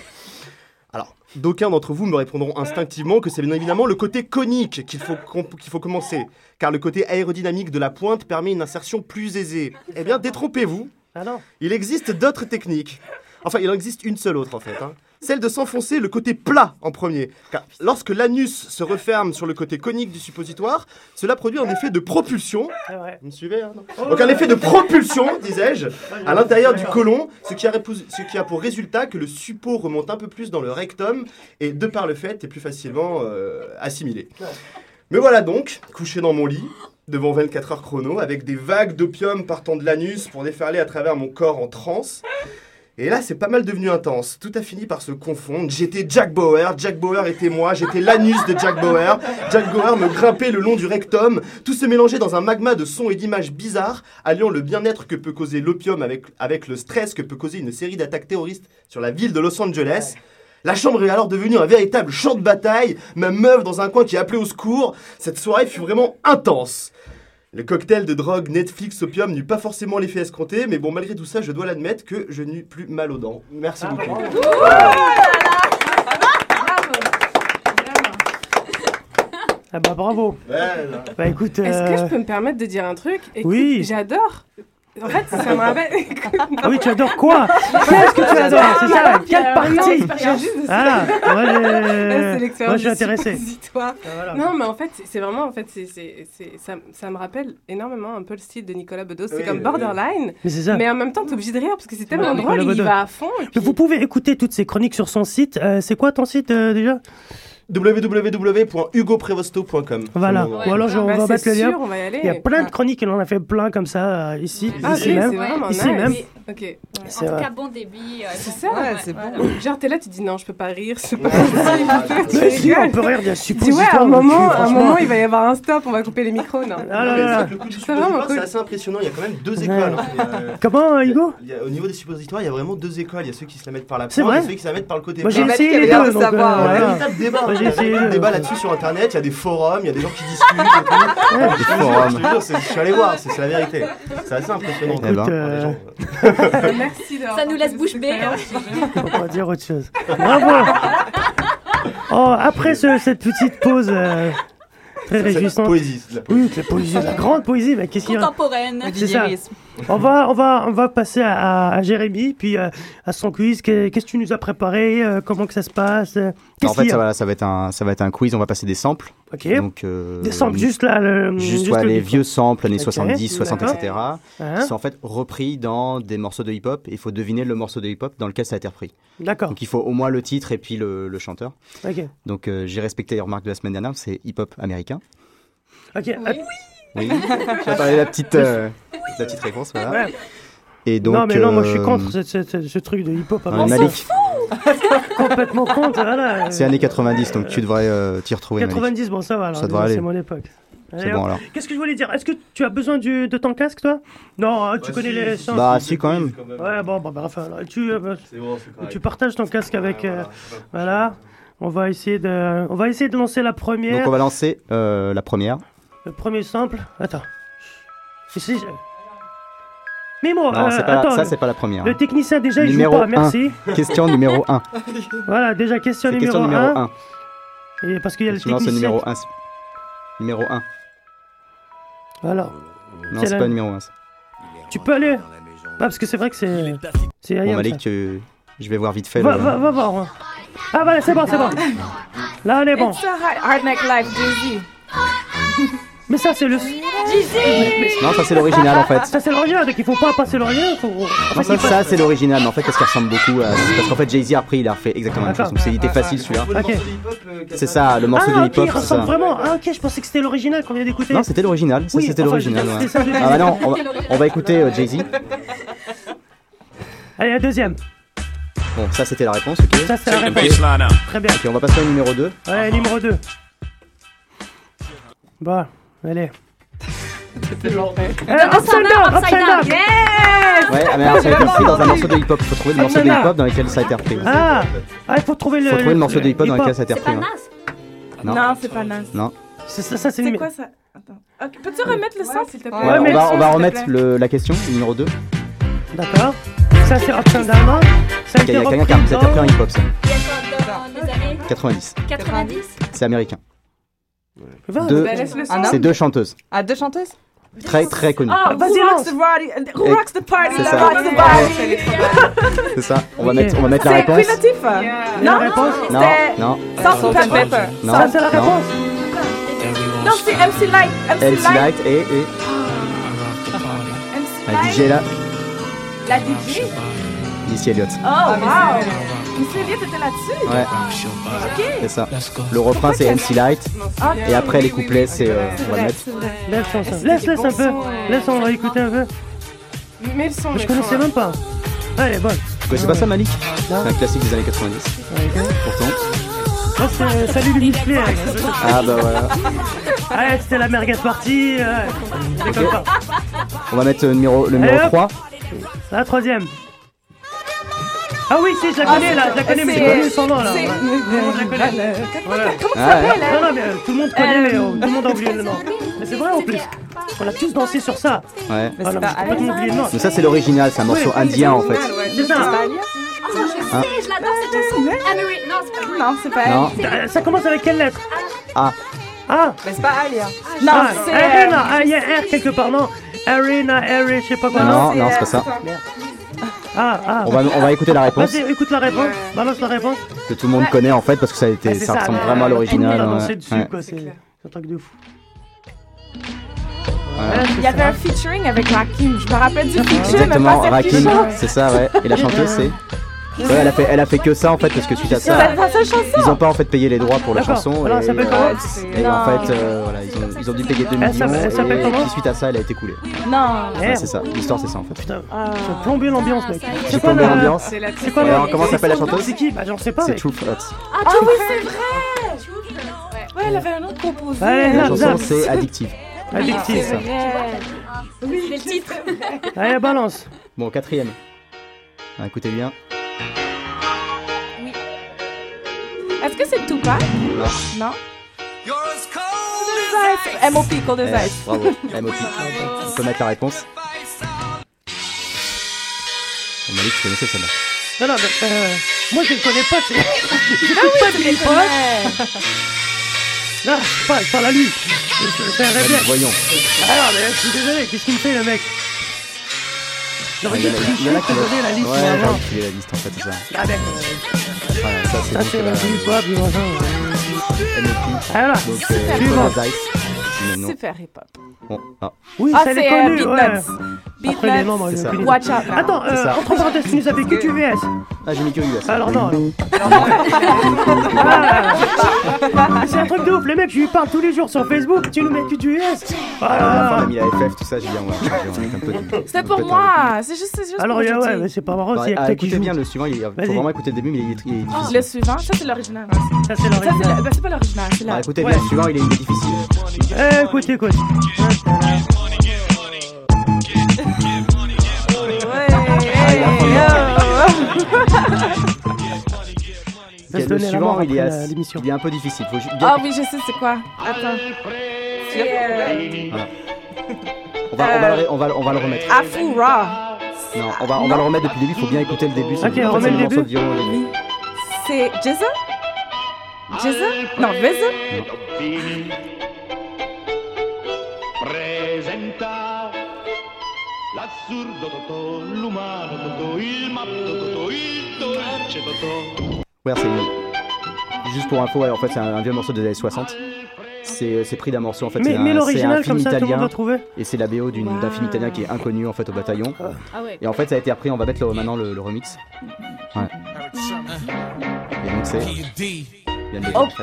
Alors, d'aucuns d'entre vous me répondront instinctivement que c'est bien évidemment le côté conique qu'il faut, com- qu'il faut commencer, car le côté aérodynamique de la pointe permet une insertion plus aisée. Eh bien, détrompez-vous,
Ah non.
il existe d'autres techniques. Enfin, il en existe une seule autre en fait. hein. Celle de s'enfoncer le côté plat en premier. Car lorsque l'anus se referme sur le côté conique du suppositoire, cela produit un effet de propulsion. Vous me suivez hein, non Donc un effet de propulsion, disais-je, à l'intérieur du côlon, ce qui, a répous- ce qui a pour résultat que le suppôt remonte un peu plus dans le rectum et de par le fait est plus facilement euh, assimilé. Mais voilà donc, couché dans mon lit, devant 24 heures chrono avec des vagues d'opium partant de l'anus pour déferler à travers mon corps en transe. Et là, c'est pas mal devenu intense. Tout a fini par se confondre. J'étais Jack Bauer, Jack Bauer était moi, j'étais l'anus de Jack Bauer. Jack Bauer me grimpait le long du rectum. Tout se mélangeait dans un magma de sons et d'images bizarres, alliant le bien-être que peut causer l'opium avec, avec le stress que peut causer une série d'attaques terroristes sur la ville de Los Angeles. La chambre est alors devenue un véritable champ de bataille, ma meuf dans un coin qui appelait au secours. Cette soirée fut vraiment intense. Le cocktail de drogue Netflix Opium n'eut pas forcément l'effet escompté, mais bon, malgré tout ça, je dois l'admettre que je n'eus plus mal aux dents. Merci beaucoup.
Ah bah bravo. Bah écoute.
Est-ce que
euh,
je peux me permettre de dire un truc Écoute,
Oui.
J'adore. En fait, ça me rappelle.
[LAUGHS] Ah oui, tu adores quoi Qu'est-ce que tu adores
Ah,
C'est ça
euh,
Quelle partie Ah, moi,
Là, c'est
j'ai-
l'expérience
moi, je suis
du
intéressé. Bah, Ah.
suppositoire. Non, mais en fait, c'est- c'est vraiment, en fait, c'est c'est- c'est- ça, ça me rappelle énormément un peu le style de Nicolas Bedos. C'est
Oui,
comme
oui.
Borderline.
Mais c'est ça.
en même temps, t'es obligé de rire parce que c'est tellement
Ouais, Nicolas
drôle, il y
Bedos.
va à fond.
Mais vous pouvez écouter toutes ces chroniques sur son site. Euh, c'est quoi ton site euh, déjà
www.hugoprevosto.com
Voilà.
Ouais.
Ou alors je- on
Bah,
va
c'est
mettre le lien.
sûr, on va y aller.
Il y a plein de chroniques et on en a fait plein comme ça euh, ici,
Ah,
ici
ok,
même,
c'est vraiment
ici
nice.
même.
Oui. Ok.
C'est En tout vrai. cas,
bon débit.
c'est ça,
ouais,
c'est
voilà.
bon. Genre, t'es là, tu dis non, je peux pas rire, c'est pas possible.
[LAUGHS] Mais
Tu
si, on
rigoles.
peut rire
Tu dis ouais,
des
à
suppositoires.
un
donc,
moment, à un
franchement.
moment, il va y avoir un stop, on va couper les micros, non
Ah là là là.
Le coup du
C'est vraiment
suppositoire, c'est
cool.
assez impressionnant. Il y a quand même deux écoles. hein. Il
[LAUGHS]
y a-
Comment, euh, Hugo
il y a- au niveau des suppositoires, il y a vraiment deux écoles. Il y a ceux qui se la mettent par la
C'est
pointe
vrai
et ceux qui se la mettent par le côté.
Moi, j'ai
plat.
essayé les
Il y a un
deux, donc,
véritable
euh, voilà.
débat.
Moi, j'ai
Il y a un
essayé les
véritable
deux.
débat là-dessus sur internet. Il y a des forums, il y a des gens qui discutent. et
[LAUGHS]
tout.
Ouais.
Je te jure, je te jure, c'est- je suis allé voir, c'est c'est la vérité. C'est assez impressionnant.
Eh ben.
Écoute, euh,
Merci d'avoir
Ça nous laisse bouche bée. hein,
on va dire autre chose. Bravo Oh, Après ce- cette petite pause euh, très
Ça, c'est de la
réjouissante.
poésie, c'est de la
Oui, de la poésie, de la grande poésie. Mais qu'est-ce qu'il y a
Contemporaine.
C'est ça. On va, on va, on va passer à, à- à Jérémy, puis euh, à son quiz. Que- Qu'est-ce que tu nous as préparé euh, Comment que ça se passe euh,
En
Qu'est-ce qu'il
fait,
y
ça,
a
va, ça, va être un, ça va être un quiz, on va passer des samples.
Ok.
Donc, euh,
Des samples, juste là, le-
Juste,
juste
ouais,
le
les
beat.
vieux samples, années
Ok.
70, 60,
D'accord.
etc.
Hein
Qui sont en fait repris dans des morceaux de hip-hop. Il faut deviner le morceau de hip-hop dans lequel ça a été repris.
D'accord.
Donc il faut au moins le titre et puis le, le chanteur.
Ok.
Donc euh, j'ai respecté les remarques de la semaine dernière, c'est hip-hop américain.
Ok. Euh, [LAUGHS]
Oui. J'attendais la petite, euh, la petite réponse. Voilà.
Ouais.
Et donc,
non, mais non, moi je suis
euh,
contre ce, ce- ce- ce truc de hip-hop.
Ouais,
avant.
Malik.
Complètement contre, voilà.
C'est années 90, donc tu devrais euh, t'y retrouver. Malik.
90, bon ça va, alors,
Ça devrait
c'est
aller.
mon époque. Allez,
bon,
hop.
alors.
Qu'est-ce que je voulais dire Est-ce que tu as besoin du- de ton casque, toi Non, hein, tu
Bah,
connais
si,
les
si,
sens.
Bah, si, quand même.
Ouais, bon, bon, bah, enfin, alors, tu, euh, bah,
bon, c'est correct.
tu partages
Ah,
ton casque avec. euh, voilà. On va essayer de, on va essayer de lancer la première.
Donc on va lancer euh, la première.
Le premier sample. Attends. Ici. je- Mais moi,
Non,
euh,
c'est pas la-
attends,
ça, c'est pas la première. hein.
Le technicien déjà, il joue
numéro
pas.
un.
Merci.
Question numéro
[LAUGHS]
1.
Voilà, déjà question
C'est
numéro
question numéro
1.
1.
Et parce qu'il y a le
Tu lances le
technicien.
numéro 1. Numéro 1.
Alors.
Non,
quel
c'est
est-
pas numéro 1.
Tu peux aller Ah, parce que c'est vrai que c'est. C'est
Bon,
rien.
Malik, tu- je vais voir vite fait.
Va,
le-
va, va voir. hein. Ah, voilà, c'est bon, c'est bon. Là, on est bon.
It's a hard- hardneck life, Jay-Z.
Mais ça, c'est le.
Non, ça, c'est l'original, en fait.
Ça, c'est l'original, donc il faut pas passer l'original. Faut...
Non, Ah, ça, ça, c'est l'original, mais en fait, parce qu'il ressemble beaucoup à. Parce qu'en fait, Jay-Z, après, il a refait exactement la même chose. Donc, c'est- il était facile celui-là.
Ok.
C'est ça, le morceau
Ah,
de
ok, il
hip-hop. c'est
ressemble
ça.
vraiment. Ah, ok, je pensais que c'était l'original qu'on vient d'écouter.
Non, c'était l'original. Ça,
Oui,
c'était
enfin,
l'original.
c'était
ouais.
ça, je l'ai dit.
Ah, bah non, on va, on va écouter euh, Jay-Z.
Allez, la deuxième.
Bon, ça, c'était la réponse, ok.
Ça, c'est la
Ok.
réponse. Très bien.
Ok, on va passer au numéro 2.
Ouais, numéro 2. Bah, allez. Eh, upside down, upside down.
Ouais, ah, mais alors, ça a été repris dans un morceau de hip-hop. Faut trouver le morceau de hip-hop dans lequel ça a été repris.
Ah, euh, ah, il faut trouver le.
Faut trouver le morceau de hip-hop dans lequel ça a été repris. ouais.
Non,
Non.
c'est pas Nas.
Non.
C'est ça, ça, c'est
C'est
numé-
quoi ça Attends. Ok, Peux-tu remettre le son, s'il te plaît
Ouais, on, va, on va remettre le- la question, numéro 2.
D'accord. Ça, c'est upside down. Ça a
Il
été
y a quelqu'un
repris
qui a ça a été repris en
oh.
dans-
hip-hop, ça.
Dans les années
90.
90.
C'est américain.
Va,
Deux-
bah, laisse le son.
C'est deux chanteuses.
Ah, deux chanteuses
Très, très connues.
Oh,
vas-y,
who rocks the body- Who
Et-
rocks the party?
C'est
that
ça.
rocks the body.
C'est ça. On va
Ok.
mettre, on va mettre la
C'est
réponse.
Queen Latifah.
La
Non,
réponse
non,
Non,
c'était-
non.
Salt and Pepper.
Non.
Ça, c'est la
non.
réponse.
Non, c'est MC Light. MC
MC
Light.
Light Bah, et, et
MC
la
Light.
DJ là,
La Ah DJ.
Missy Elliott.
Ah,
Oh, wow. Célia, t'étais là-dessus?
Ouais.
Ok.
C'est ça. Le refrain, c'est MC Light.
Ah,
Et après, les
oui, oui,
couplets, c'est. euh,
C'est
on va
vrai,
mettre.
c'est vrai.
Laisse, laisse,
C'était
laisse,
des
laisse
bons
un peu.
sons, ouais.
Laisse, on va écouter un
Mets
peu.
le son, hein.
Mais
mets
je
le
connaissais
son,
même pas. Ah, Elle est bonne.
Vous connaissez pas ça, Malik C'est un classique des années 90. Pourtant.
Ah, c'est Salut du musclé. hein.
Ah bah voilà.
Ouais, c'était Ah, la merguez partie. euh, c'est comme ça.
On va mettre euh, le numéro, le numéro
Allez, hop.
3.
La troisième. Ah oui, si, je la
Ah,
connais
c'est-
là, je la connais, mais
c'est-
j'ai connu son nom là.
c'est-
Ouais. Tout le monde la connaît. Voilà.
Comment
ça Ah, s'appelle,
ouais.
Non, non, mais euh, tout le monde connaît,
Euh,
mais euh, tout le monde a oublié le nom. Mais c'est vrai en plus. On a tous dansé sur ça.
Ouais.
Ah, non, mais j'ai complètement oublié le nom.
Donc ça c'est l'original, c'est un morceau
Oui.
indien en fait.
C'est ça.
Ah, je sais, je l'adore cette chanson. Ah, mais oui, non, c'est pas vrai.
Non, c'est pas
Non.
elle.
Euh, Ça commence avec quelle lettre
Ah.
Ah
Mais c'est pas Alia.
Non,
Ah,
c'est.
Arena, ah, il y a R quelque part, non Arena, Arena, je sais pas quoi, non
Oh, Non, non, c'est pas ça.
Ah, ah.
On va, on va écouter la réponse
Vas-y, écoute la réponse, balance la réponse.
que tout le monde connaît en fait parce que ça a été,
Ah, c'est
ça ressemble
là,
vraiment à
là,
l'original.
On a
ouais.
dansé dessus,
Ouais.
quoi, c'est c'est un truc de fou. Euh,
Voilà.
Il y avait un featuring avec Rakim. Je me rappelle du featuring,
Exactement,
mais pas celle qui
Rakim,
chante.
c'est ça, ouais. Et la chanteuse c'est. Ouais, elle a fait, elle a fait que ça en fait parce que suite à
C'est
ça,
pas sa
ils
chanson.
ont pas en fait payé les droits pour la
D'accord.
chanson.
Alors, elle
et,
s'appelle comment
et en
Non.
fait, euh, voilà, ils ont, ils ont dû payer 2
Elle
millions.
s'appelle- elle s'appelle
et
comment
puis suite à ça, elle a été coulée.
Non.
Ouais,
Merde.
c'est ça. L'histoire c'est ça en fait.
Eh, Putain, ils ont plombé
Ah,
l'ambiance, mec.
J'ai plombé
la-
l'ambiance.
C'est la
C'est quoi
Alors,
le-
comment s'appelle la chanteuse
C'est qui Bah, j'en sais pas,
C'est
mec.
True Thoughts.
Ah oui, c'est vrai. Ouais, elle avait un autre composé.
Ouais,
La
Zap,
chanson
zap.
c'est Addictive.
Addictif,
C'est
ça.
vrai.
C'est le titre.
Allez, balance.
Bon, quatrième. Ah, écoutez bien.
Est-ce que c'est Tupac? Non. Cold as Ice. M.O.P. Cold
Eh,
as
Oh,
Ice.
bravo, MOP. On peut mettre la réponse. On m'a dit que tu connaissais celle-là.
Non, non, mais euh, moi je le connais pas. c'est- Je suis pas de l'époque.
Ouais.
Non, je parle, je parle à lui. Je je fais un
Allez,
réflexe.
voyons.
Alors, mais je suis désolé, qu'est-ce qu'il me fait le mec J'aurais
Ah, Il
dû
y en a- il y
tricher
en a
pour
qui
donner la liste
Ouais, j'aurais
finalement.
dû filer la liste en fait, c'est ça.
Ah, mec,
Voilà, ça c'est
ça
donc
Ah,
euh,
c'est
la
du hip-hop, du machin.
MOP.
Ah, voilà.
Donc, euh,
Suivant.
Paradise. Mais non.
Super hip-hop.
Bon, ah,
Oui,
Ah,
ça l'est
c'est euh,
connu, ouais.
Beatnuts.
Après les noms, moi
Beatnuts.
C'est
j'ai
ça.
aucune idée.
Watch out. now.
Attends,
C'est
euh,
ça.
entre parenthèses, tu nous avais que du VS.
ah j'ai mis que US.
Alors non. Ah. c'est un truc de ouf, les mecs, je lui parle tous les jours sur Facebook, tu nous mets que du US. Ah,
À la fin, on a
là, là.
mis la FF, tout ça, j'ai dit,
[LAUGHS]
on va changer, on va mettre un peu de-
C'est
un
pour
peu de-
moi. C'est juste, c'est juste
Alors,
pour
yeah, ouais,
aujourd'hui.
mais c'est pas marrant,
Bon,
s'il y a
ah,
que toi qui
écoutez
joue.
bien le suivant, il faut
Vas-y.
vraiment écouter le début, mais il est, il est difficile.
Le suivant, ça c'est l'original. hein. Ça
Ça, c'est
c'est
l'original.
le- bah, c'est pas l'original, c'est
Ah,
la.
écoutez bien le suivant, il est, il est difficile.
Eh, écoute, écoute. Ah,
Ok,
se
le
donner la
suivant,
mort
il est,
après
assez-
la- l'émission.
il est un peu difficile. Faut ju- bien
Ah oui, je sais c'est quoi. Attends. euh,
On va, on, va le, ré- on, va, le- on va le remettre.
Afu Ra.
Non, on va, on va le remettre depuis le début, il faut bien écouter le début. c'est-
Ok, on
en fait,
remet
c'est
le
morceau
début.
de violon au début.
C'est Jezza? Jezza? Non, Veza?
Presenta l'assurdo Totò, l'umano Totò, il matto Totò, il dolce Totò.
Ouais, c'est. Juste pour info, ouais, en fait, c'est un, un vieux morceau des années 60. C'est c'est pris d'un morceau, en fait. c'est
Mais,
un-
mais
c'est un
l'original,
film
comme ça, tout le monde
italien.
va trouver.
Et c'est la BO d'une- d'un film italien qui est inconnu, en fait, au bataillon.
Ah ouais.
Et en fait, ça a été appris, on va mettre le- maintenant le, le remix. Ouais. Et donc, c'est. Yann Bellamy, en fait.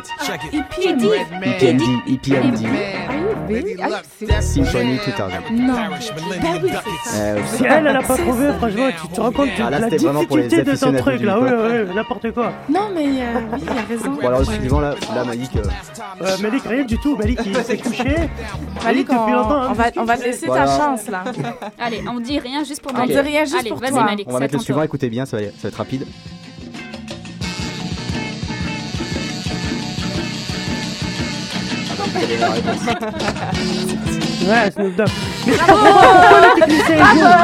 EPD?
EPMD, EPMD,
Are you
Ah
really? Are you serious?
Symphony 2000.
Non. Bah oui, c'est ça.
Euh, ouais,
Si elle, elle a pas trouvé, franchement, tu te rends compte de
Ah, là,
la
c'était vraiment pour les
difficulté de ton
aficionados
truc,
du
là. Ouais,
hip-hop.
ouais, ouais, n'importe quoi.
Non, mais euh, oui, il a raison.
Bon, alors, le
Ouais.
suivant, là, là Malik. euh,
Euh, Malik, rien du tout. Malik, il s'est couché.
Malik, on,
depuis longtemps, hein,
on va,
depuis-
on va te laisser
Voilà.
ta chance, là.
Allez, on dit rien juste pour
On
Malik.
dit rien juste
Allez,
pour
vas-y
toi.
Malik,
On va
c'est à
mettre le
ton
suivant,
tour.
écoutez bien, ça va, ça va être rapide.
Ouais, Snoop Dogg. Mais je comprends pas pourquoi le technicien il joue.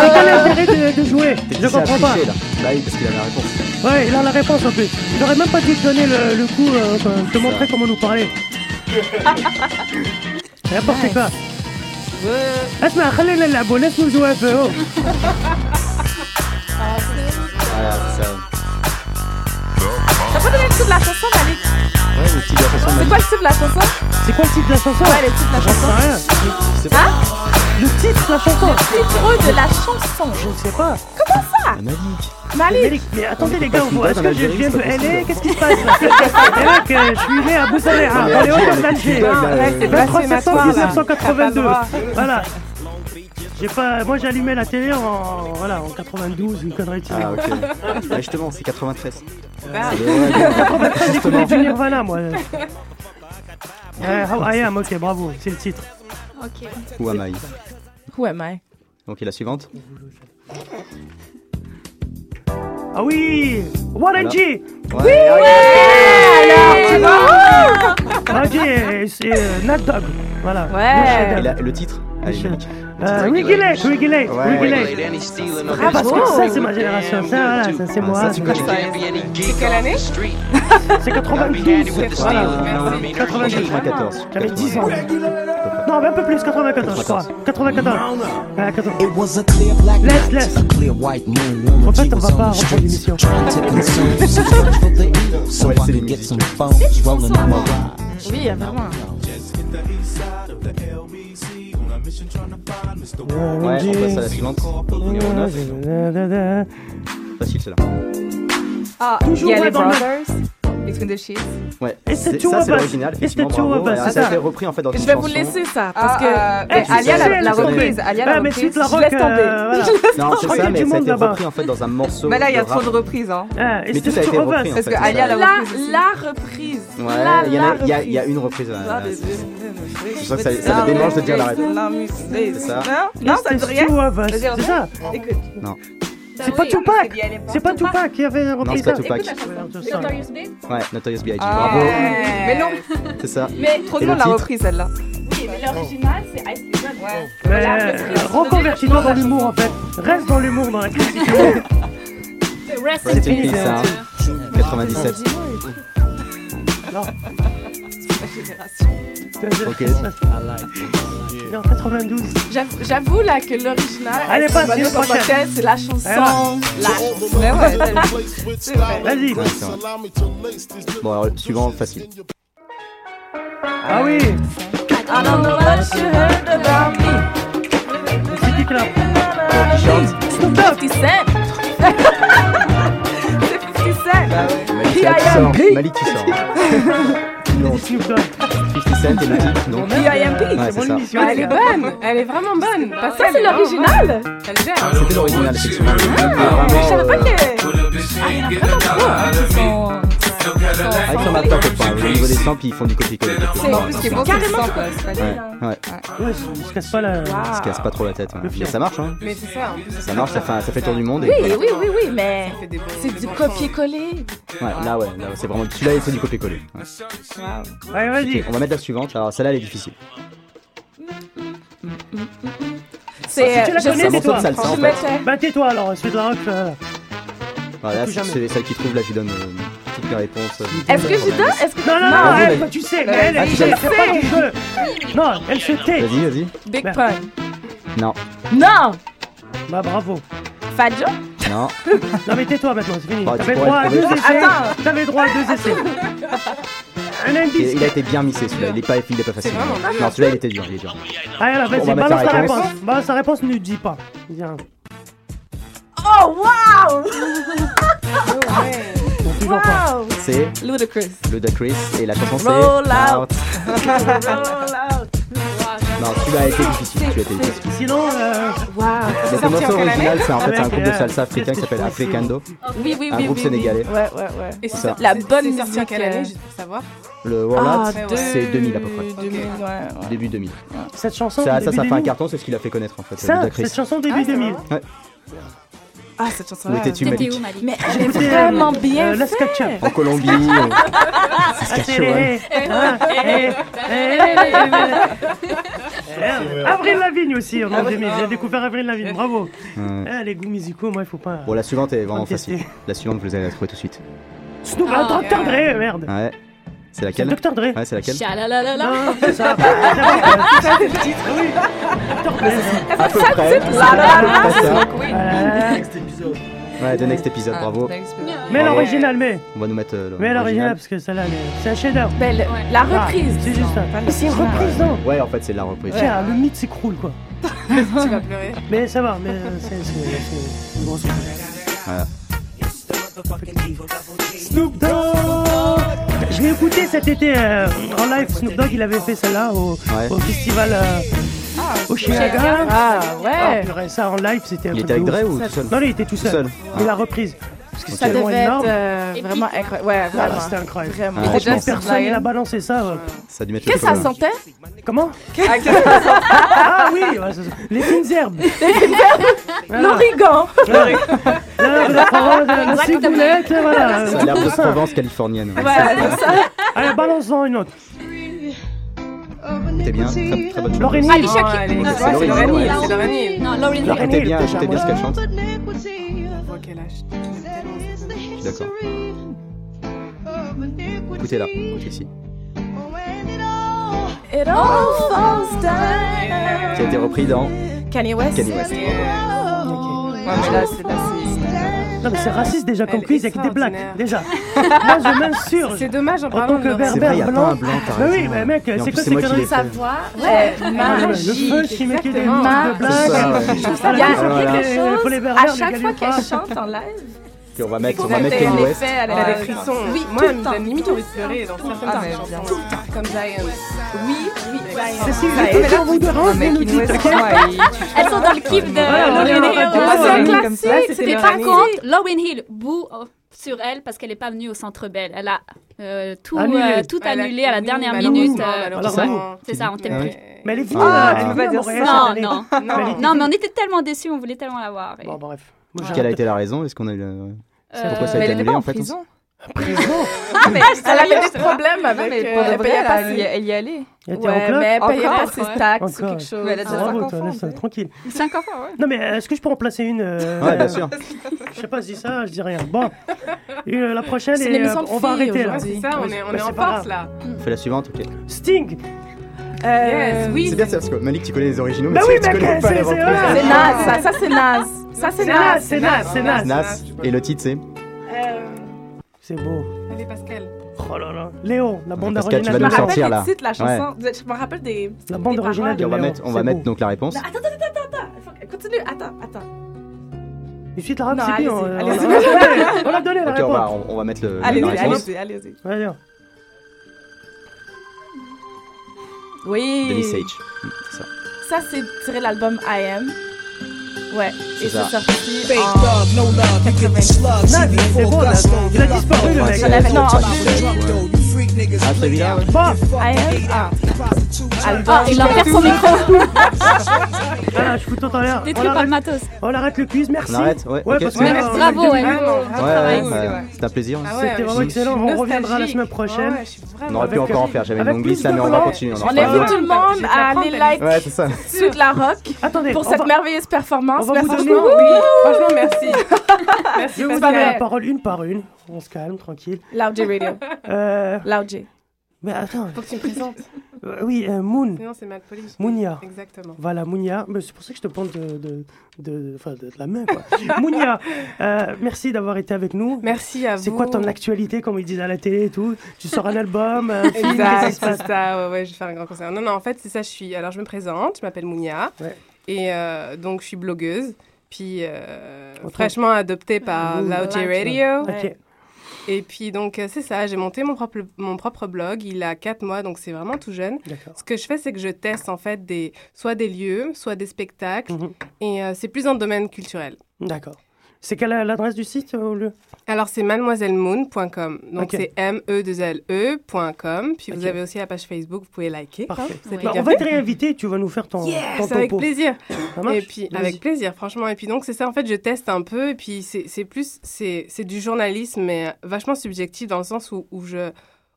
C'est quel intérêt de, de jouer Je
Technicien a
comprends pas.
triché, là. Bah oui, parce qu'il avait la réponse.
Ouais, il a la réponse en plus. J'aurais même pas dû te donner le, le coup, euh, enfin, te montrer comment nous [LAUGHS] parler. N'importe quoi. اسمع خلينا نلعبوا ناس نزوافوا
Voilà, ça. Ah,
T'as pas donné le coup de la chanson, Malik.
Ouais, le petit garçon,
C'est
Malik,
quoi le titre de la chanson
C'est quoi le titre de la chanson
Ouais, le titre de la chanson.
sais pas. Le titre de la chanson
Le titre de la chanson.
Je ne sais pas.
Comment ça Malik Ah
Mais attendez les gars,
Parce qu'il
vous-
va
est-ce
en
que je
Algérie,
viens
c'est
de
pas possible.
LA Qu'est-ce qui se passe
[LAUGHS]
Et mec, euh, je suis né à Boussaleha,
Non, mais
dans les
Algérie,
hauteurs
Algérie,
d'Alger.
là, là, c'est
23 septembre
blasphématoire, là.
Ah,
1982.
T'as
bah,
pas le droit.
Voilà. J'ai pas, moi j'allumais la télé en, voilà, en 92, une connerie de ça.
Ah, ok. Ouais, justement, c'est 93.
Ah.
C'est le-
93, j'écoutais du
Justement.
Nirvana,
[LAUGHS]
moi. Euh, how I am, ok, bravo, c'est le titre.
Ok.
Who am I
Who am I
Ok, la suivante.
Ah oui What a G
Ouais, ouais,
alors, tu vois Ok, c'est euh, Nat Dog, voilà.
Et la- le titre Allez, Malik.
Euh, Regulate, regulate,
Ouais.
regulate. Ah, parce que ça, c'est ma génération. Ça, voilà, ça, c'est moi.
Ah, tu connais. Ah,
C'est quelle année C'est 92. Voilà.
94.
J'avais 10 ans. Non, mais un peu plus, 94, je crois. 94. Ouais, 94. Laisse, laisse. En fait, on va pas reprendre l'émission.
Oui, vraiment.
Ouais, on passe à la suivante. Numéro 9. Facile, celle-là.
Ah,
Toujours
Yellow
ouais, dans le-
Brothers, Between the Sheets.
Ouais,
Et c'est
c'est
tout
ça, c'est
Abbas.
l'original,
Et
effectivement,
c'est tout
bravo.
Abbas,
Et
c'est
ça a
ça.
été repris en fait dans
Je
une
vais
chanson.
vous laisser ça
Ah,
parce
euh,
que
Eh, Alia, la- la
laisse
reprise,
tomber.
Alia,
Ouais,
la
Ah, mais
reprise,
suite la
je laisse
rock,
tomber.
euh,
[LAUGHS]
voilà.
Non, c'est
Tranquille,
ça,
du
mais ça a
monde
été
là-bas.
repris en fait dans un morceau.
Mais là, il y a
de
trop
rap.
de reprises, hein.
Eh,
Mais
c'est
tout a
sur
été
Abbas.
repris en
Parce
fait.
que
ça.
Alia,
la,
la reprise aussi.
la reprise. la,
Ouais, il y, en a-
la
il y a- il y a
reprise.
une reprise. ouais,
Ah,
La
Ah,
ouais,
de-
c'est-
Je
sens que ça- ça démange de dire la réponse. C'est ça.
Non, non, ça ne dit rien.
Stu Abbas,
Vas-y,
C'est
reprends.
ça
Écoute,
Non.
C'est pas Tupac C'est pas Tupac qui avait repris
c'est pas
ça.
Tupac. Écoute
Notorious B.I.G.
Ouais, Notorious B.I.G.
Ah.
Bravo.
Mais non,
C'est ça.
Mais
trop
Et
de
le
monde l'a
titre
reprise, celle-là.
Oui, mais l'original, c'est Ice Lemon. Ouais.
Mais euh, reconvertis-toi dans l'humour en fait. Reste dans l'humour, dans la critique.
Rest
[LAUGHS]
in
Rest in
peace.
peace, hein. 97. Ok.
Non, 92.
J'avoue- J'avoue là que l'original.
Allez, passe,
Bonne
une
Somme
prochaine.
Hotel, C'est la chanson.
Allez, là.
La chanson.
Mais ouais.
C'est vrai.
Vas-y.
Ouais, c'est vrai. Bon, alors, le suivant, facile.
Ah oui
I don't know what you heard about me.
C'est qui qui l'a
Snoop Dogg. 50 Cent. C'est 50 Cent.
Malik,
P.I.M.P.
tu sors. Malik, tu sors. Non,
Snoop Dogg.
50 Cent et Malik, non.
P.I.M.P.
Ouais,
C'est
c'est
mon
ça.
émission.
Elle est bonne, elle est vraiment bonne. Parce
Ça,
qu'elle
c'est
est vraiment
l'original.
bonne. Elle gère.
C'était l'original, effectivement. Ah,
Je savais pas que.
Ah, ils sont maintenant, peut-être pas. Au niveau des samples, ils font du copier-coller.
C'est en plus ce qui est beau, c'est le sang, quoi. C'est pas
Ouais,
lui,
ouais.
Ouais, je je casse pas la.
Ça casse pas trop la tête. ouais. Mais ça marche, hein.
Mais c'est ça. en plus,
Ça marche, ça fait, un- ça fait le tour du monde. Et
Oui,
voilà.
oui, oui, oui, mais
fait des bons-
c'est
des
du
bons
copier-coller.
Ouais, là, ouais, là, c'est vraiment. Celui-là, c'est du copier-coller. Ouais.
Ouais, vas-y.
Ok, on va mettre la suivante. Alors, celle-là, elle est difficile.
C'est.
Si tu la
je
connais,
sais-
c'est toi.
Je
Ça, en fait.
mettrais-
Bah tais-toi alors, celui de la rock. euh,
Voilà,
Plus
c'est
jamais.
c'est celle qui trouve. Là, je lui donne euh, toutes les réponses. euh,
Est-ce que je donne Est-ce que
Non, non,
Non,
non,
vas-y,
elle,
vas-y.
toi, tu sais, mais
Vas-y,
elle, elle,
je
elle, elle fait pas du jeu. Non, elle se tait.
Vas-y, vas-y.
Big
Merde.
Pun.
Non,
Non
Bah bravo.
Fat Joe
non.
Non, mais tais-toi maintenant, c'est fini.
Bah, tu
T'avais
pourrais
droit à
le
deux
trouver.
essais.
Attends.
T'avais droit à deux essais. Un
Et
indice.
il a été bien missé celui-là, il est pas, il est pas facile.
vraiment pas
Non, celui-là il était dur, il est dur.
Allez, là,
On
vas-y,
va mettre
balance
la
ta
réponse.
réponse. Balance ta réponse, ne dis pas. Viens.
Oh, wow
Bon, toujours pas.
Wow
C'est
Ludacris.
le Da Chris et la chanson c'est.
Roll
[LAUGHS]
out.
Out. Non, celui-là a été difficile, celui-là a été difficile.
Sinon, euh,
Wow
Le morceau original, c'est en fait c'est un
Avec,
groupe de
euh,
salsa africain qui
qu'est-ce que
s'appelle
je fais ici
Africando,
Oui, oui,
un
oui,
groupe
oui,
sénégalais.
oui. Ouais, ouais, ouais.
Et c'est
Ça.
ça.
La
c'est-
bonne
c'est sorti en
musique,
quelle
euh,
année, juste pour savoir
Le World Out,
Ah,
deux-
c'est 2000 à peu près.
2000, ouais, ouais.
Début 2000.
cette chanson.
Ça, ça,
début
ça fait un
2000.
carton, c'est ce qu'il a fait connaître en fait. le Da
Ça,
Chris.
cette chanson début 2000.
Ah, cette
Où
chanson-là.
étais-tu
T'étais
Malik
où, Malik
Mais elle est
Écoutez, euh,
vraiment bien
euh, Let's catch up.
En Colombie, en Saskatchewan.
Accéléré. Hein, eh, eh, eh, eh. Avril Ah. Lavigne aussi, en l'an 2000. J'ai découvert Avril Lavigne, bravo.
Ouais.
Eh, les goûts musicaux, moi, il faut pas.
Bon, la suivante est vraiment
Ok,
facile.
c'est-
La suivante, vous allez la trouver tout de suite. Ah
Snoop Dogg, Dr. Dre, merde.
Ouais. C'est
C'est
laquelle
Dr. Dre.
Ouais, c'est laquelle
Chalalala.
[LAUGHS] Non, c'est ça. bah, d'abord, euh, oui. Dr. Dre.
À peu près. c'est à peu près ça.
Voilà.
Ouais, de next épisode,
Ah,
bravo.
next
episode.
Mais
Bravo.
l'original, mais.
On va nous mettre euh,
Mais l'original, parce que celle-là, elle est- c'est un chef-d'œuvre.
la
Ah,
reprise,
C'est juste ça. Mais C'est une reprise, non
Ouais, en fait, c'est de la reprise.
Tiens, le mythe s'écroule, quoi.
tu vas pleurer.
Mais ça va, mais euh, c'est c'est- c'est une grosse
Voilà.
Snoop Dogg Je l'ai écouté cet été euh, en live. Snoop Dogg, il avait fait celle-là au, au festival euh, au Chicago.
ouais. Ah, ouais.
purée, ça en live, c'était un
Il
truc
était avec
de
Dre
ouf.
ou tout seul
Non, il était tout
Tout
seul.
seul.
Mais
Ah.
la reprise. Parce que
Ok.
c'était
Ça
tellement
devait être
énorme.
euh, vraiment incroyable. Ouais,
Ah,
vraiment.
c'était incroyable.
Vraiment.
Ah,
Franchement,
Justin
personne il
Lyon.
a balancé ça. euh.
Ça a dû mettre le
Qu'est-ce que ça
feu, là.
sentait
Comment [LAUGHS]
Qu'est-ce que ça sentait
Ah oui, ouais, ça- les fines
[LAUGHS]
herbes.
L'origan
Là, la parole, la
Exactement.
ciboulette, voilà.
Ça a l'air
Tout
de
ça.
Provence californienne. ouais.
Ouais, c'est ça. Allez, balance-en une autre.
C'était bien, très, très bonne chose.
Lauren Hill.
Alicia Keys.
Ouais,
c'est
Lauryn
Lauryn
Hill,
Hill,
ouais.
c'est Lauryn Hill.
Non, Lauryn Hill.
J'écoutais bien, j'écoutais bien ce qu'elle chante.
Je vois qu'elle lâche.
Je suis D'accord. Écoutez là, écoutez ici.
It all falls down.
Qui a été repris dans
Kanye West.
Kanye West.
Ouais, mais là, c'est- là, c'est-
Non, mais c'est raciste déjà comme quiz avec des blacks, déjà. Moi, je m'insure.
C'est dommage en
En
parlant
tant
de
que
Lauryn.
C'est vrai, y a
berbère
pas
blanc.
un blanc, t'as
Mais oui,
raison.
mais mec,
Et en
c'est
plus,
quoi
c'est
ces
moi qui l'ai
conneries
fait. Sa
voix,
ouais,
Ah, Le
magique.
feu qui met que des
exactement.
trucs de
C'est ça,
blague.
ouais.
Je trouve
Ça
la
vient
musique,
Ah, voilà.
les-
quelque chose.
pour les berbères,
À
les
chaque fois
galets pas.
qu'elle chante en live,
Et on va mettre, on va
Faut
mettre
mettre
Kanye
les
West.
faits à la-
T'as
Ouais.
des frissons.
Oui,
Moi,
tout le
mes
temps.
amis, limite envie de pleurer dans certaines
Ah,
de
mais
chansons.
bien
Comme Zion.
oui, oui.
C'est si
Ouais.
vous êtes toujours vous de Reims,
mais
vous nous
Kanye
dites,
West,
ok
ouais, il- tu-
Elles sont dans le clip de
Voilà,
Lauryn
Lauryn
Hill.
Hill.
Ah,
c'est un
ouais.
classique,
ça, c'était
Mais
c'était
par
Lauryn Hill.
contre, Lauryn Hill, boue euh, sur elle parce qu'elle n'est pas venue au Centre Bell. Elle a euh, tout,
Annulé.
euh, tout
Elle a-
annulé à la
oui,
dernière
malheureusement,
minute.
Euh,
malheureusement.
ouais. C'est ça, on t'aime
Ouais.
plus.
Mais elle est venue,
Ah,
elle est
tu
venue
peux
à
pas dire
Montréal
ça.
cette année.
Non,
non.
Elle est-
Non, mais on était tellement déçus, on voulait tellement la voir. et-
Bon, bref. Moi,
Quelle a
j'ai-
été la raison Est-ce qu'on a eu le...
Euh,
Pourquoi ça a
Mais elle était
été annulé
pas en
en fait
prison. Ah,
mais elle avait des problèmes
Non,
avec.
Ah, mais
euh,
pour de vrai,
elle payait
elle
pas
a-
ses-
elle y- elle y allait.
Elle était en
Ouais,
club
mais elle payait pas
Encore,
ses
ouais.
taxes ou
Encore.
quelque chose.
Mais elle a déjà
Bravo,
cinq
toi,
enfants,
laisse ça,
ouais.
tranquille.
Cinq enfants, ouais.
Non, mais euh, est-ce que je peux remplacer une euh,
Ouais, bien
euh,
sûr.
Je sais pas, je dis ça, je dis rien. Bon, Et, euh, la prochaine,
C'est
et,
l'émission
euh,
de
on va
filles
arrêter là.
Ouais, c'est ça, on est, on
Bah,
est
c'est
en
pas
force
grave.
là.
On fait la suivante, ok.
Sting
Euh,
Yes, oui.
C'est bien ça, parce que Malik, tu connais les originaux, mais
Bah oui,
tu, tu
mec,
connais pas
c'est-
la
c'est-
reprise.
ouais.
C'est naze, ça, ça c'est naze. Ça c'est
C'est naze,
naze.
c'est naze, c'est naze.
Nas, et le titre c'est
C'est beau.
Allez, Pascal.
Oh là là. Léo, la bande
Pascal, tu vas
originale.
Je me
nous
de-
sortir.
rappelle
là.
les titres, la chanson. Je me rappelle des.
La bande
des
originale
Et
de
on va
Léo,
mettre, on va
c'est
mettre
beau.
donc la réponse.
paroles. Attends, attends, attends, attends, attends. Continue, attends, attends.
Ensuite, la rap,
Non,
c'est bien,
allez-y,
on-
allez-y.
on l'a donné, On l'a donné la
Ok, on va,
réponse.
on, on va mettre le, la
Allez-y,
réponse.
allez-y, allez-y.
Allez, on-
Demi
Oui.
Sage. Mm, c'est ça.
Ça c'est tiré de l'album I Am. Ouais.
C'est
Et c'est
ça.
sorti
Fake
en
thug, no love, you get the slug.
Naze,
TV
c'est
for
bon, Naze.
gusto.
Il a disparu, le mec.
Je l'avais- non,
Touch
en-
the drug though, you freak niggas
Ah,
play
celui-là,
out.
ouais.
Bah
I Am. Ah.
Prostitutes,
Album.
Ah, il en perd son micro,
Voilà, je fous tout en l'air. On
détruit par le
arrête-
matos.
on arrête le quiz, merci.
On arrête Ouais,
Ouais,
ok.
parce que
Ouais,
là, on-
Bravo, ouais.
Ouais,
travail,
ouais,
c'est
bah,
vrai.
C'était un plaisir.
Ah ouais,
C'était vraiment
je-
excellent.
je
On
suis
reviendra la
nostalgique.
semaine prochaine.
Ah ouais, je suis vraiment
On aurait pu
nostalgique.
encore en faire, j'avais
Avec
une longue liste
plus
là,
de
mais on va
talent.
continuer. en
On
fera
invite
d'autres.
tout le monde à aller liker
Ouais, c'est ça.
Sous de la rock
Attendez,
pour
on
cette
va-
merveilleuse performance.
on va
Merci
vous donner-
beaucoup.
Oui, franchement, merci.
[LAUGHS]
merci,
Je vais
Pascal.
vous donner la
Pascal.
parole une par une. On se
[LAUGHS]
calme, tranquille.
Loud J Radio.
Euh,
Loud J.
mais attends,
Faut que tu me présentes.
euh, oui, euh, Moon.
Sinon, c'est mal poli.
Mounia.
Exactement.
Voilà, Mounia. Mais c'est pour ça que je te pointe de, de, de, enfin, de- de
[LAUGHS]
la main, quoi. Mounia, euh, merci d'avoir été avec nous.
Merci à vous.
C'est quoi ton actualité, comme ils disent à la télé et tout Tu sors un
[LAUGHS]
album un film, qu'est-ce
Exact,
qui se passe
c'est ça, ouais, ouais, je vais faire un grand concert. Non, non, en fait, c'est ça, je suis. Alors, je me présente, je m'appelle Mounia,
Ouais.
et euh, donc je suis blogueuse, puis euh,
trouve-
fraîchement adoptée par
Ouh,
Loud J
Loud J.
Radio.
Ok.
Et puis, donc, euh, c'est ça, j'ai monté mon propre, mon propre blog, il a 4 mois, donc c'est vraiment tout jeune.
D'accord.
Ce que je fais, c'est que je teste, en fait, des, soit des lieux, soit des spectacles,
Mhm.
et euh, c'est plus dans le domaine culturel.
D'accord. C'est quelle est l'adresse du site euh, au lieu
Alors, c'est mademoisellemoon.com. Donc,
Ok.
c'est M-E-2-L-E.com. Puis, vous
Ok.
avez aussi la page Facebook, vous pouvez liker. hein.
Parfait.
Vous avez
Bah, on
bien
va te réinviter, tu vas nous faire ton, ton
Yes,
topo.
avec plaisir.
Ça marche
Et puis
Vas-y.
avec plaisir, franchement. Et puis donc c'est ça, en fait, je teste un peu. Et puis c'est c'est plus, c'est c'est du journalisme, mais euh, vachement subjectif dans le sens où, où je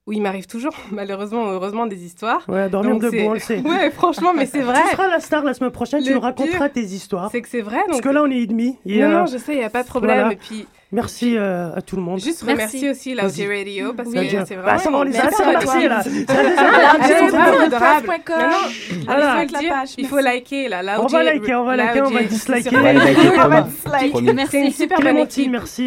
où il m'arrive toujours, [LAUGHS] malheureusement ou heureusement, des histoires.
[LAUGHS] Ouais, dormir
Donc,
debout,
c'est-
on
[LAUGHS]
le sait.
Ouais, franchement, mais c'est vrai.
Tu seras la star la semaine prochaine, tu
Le
nous raconteras
pire,
tes histoires.
C'est que c'est vrai.
Parce
donc-
que là, on est et demi. Et,
Non, non,
euh,
je sais, il n'y a pas de problème.
voilà.
Et puis,
Merci euh, à tout le monde.
Juste remercier Merci. aussi Lousy
Vas-y.
Radio, parce que
Bah, tiens.
c'est
Bah,
vraiment
ça va, on
une
les a assez
belle
remerciés, là.
plateforme.
Ça a
[LAUGHS]
déjà-
Ah,
Allez,
c'est
on va
vraiment
faire
adorable.
face.com.
Non, non,
Voilà.
il faut le dire, Il faut liker là.
On va liker, on va liker, on va disliker.
On va
Promis.
disliker. C'est une super bonne
Clémentine,
équipe.
merci.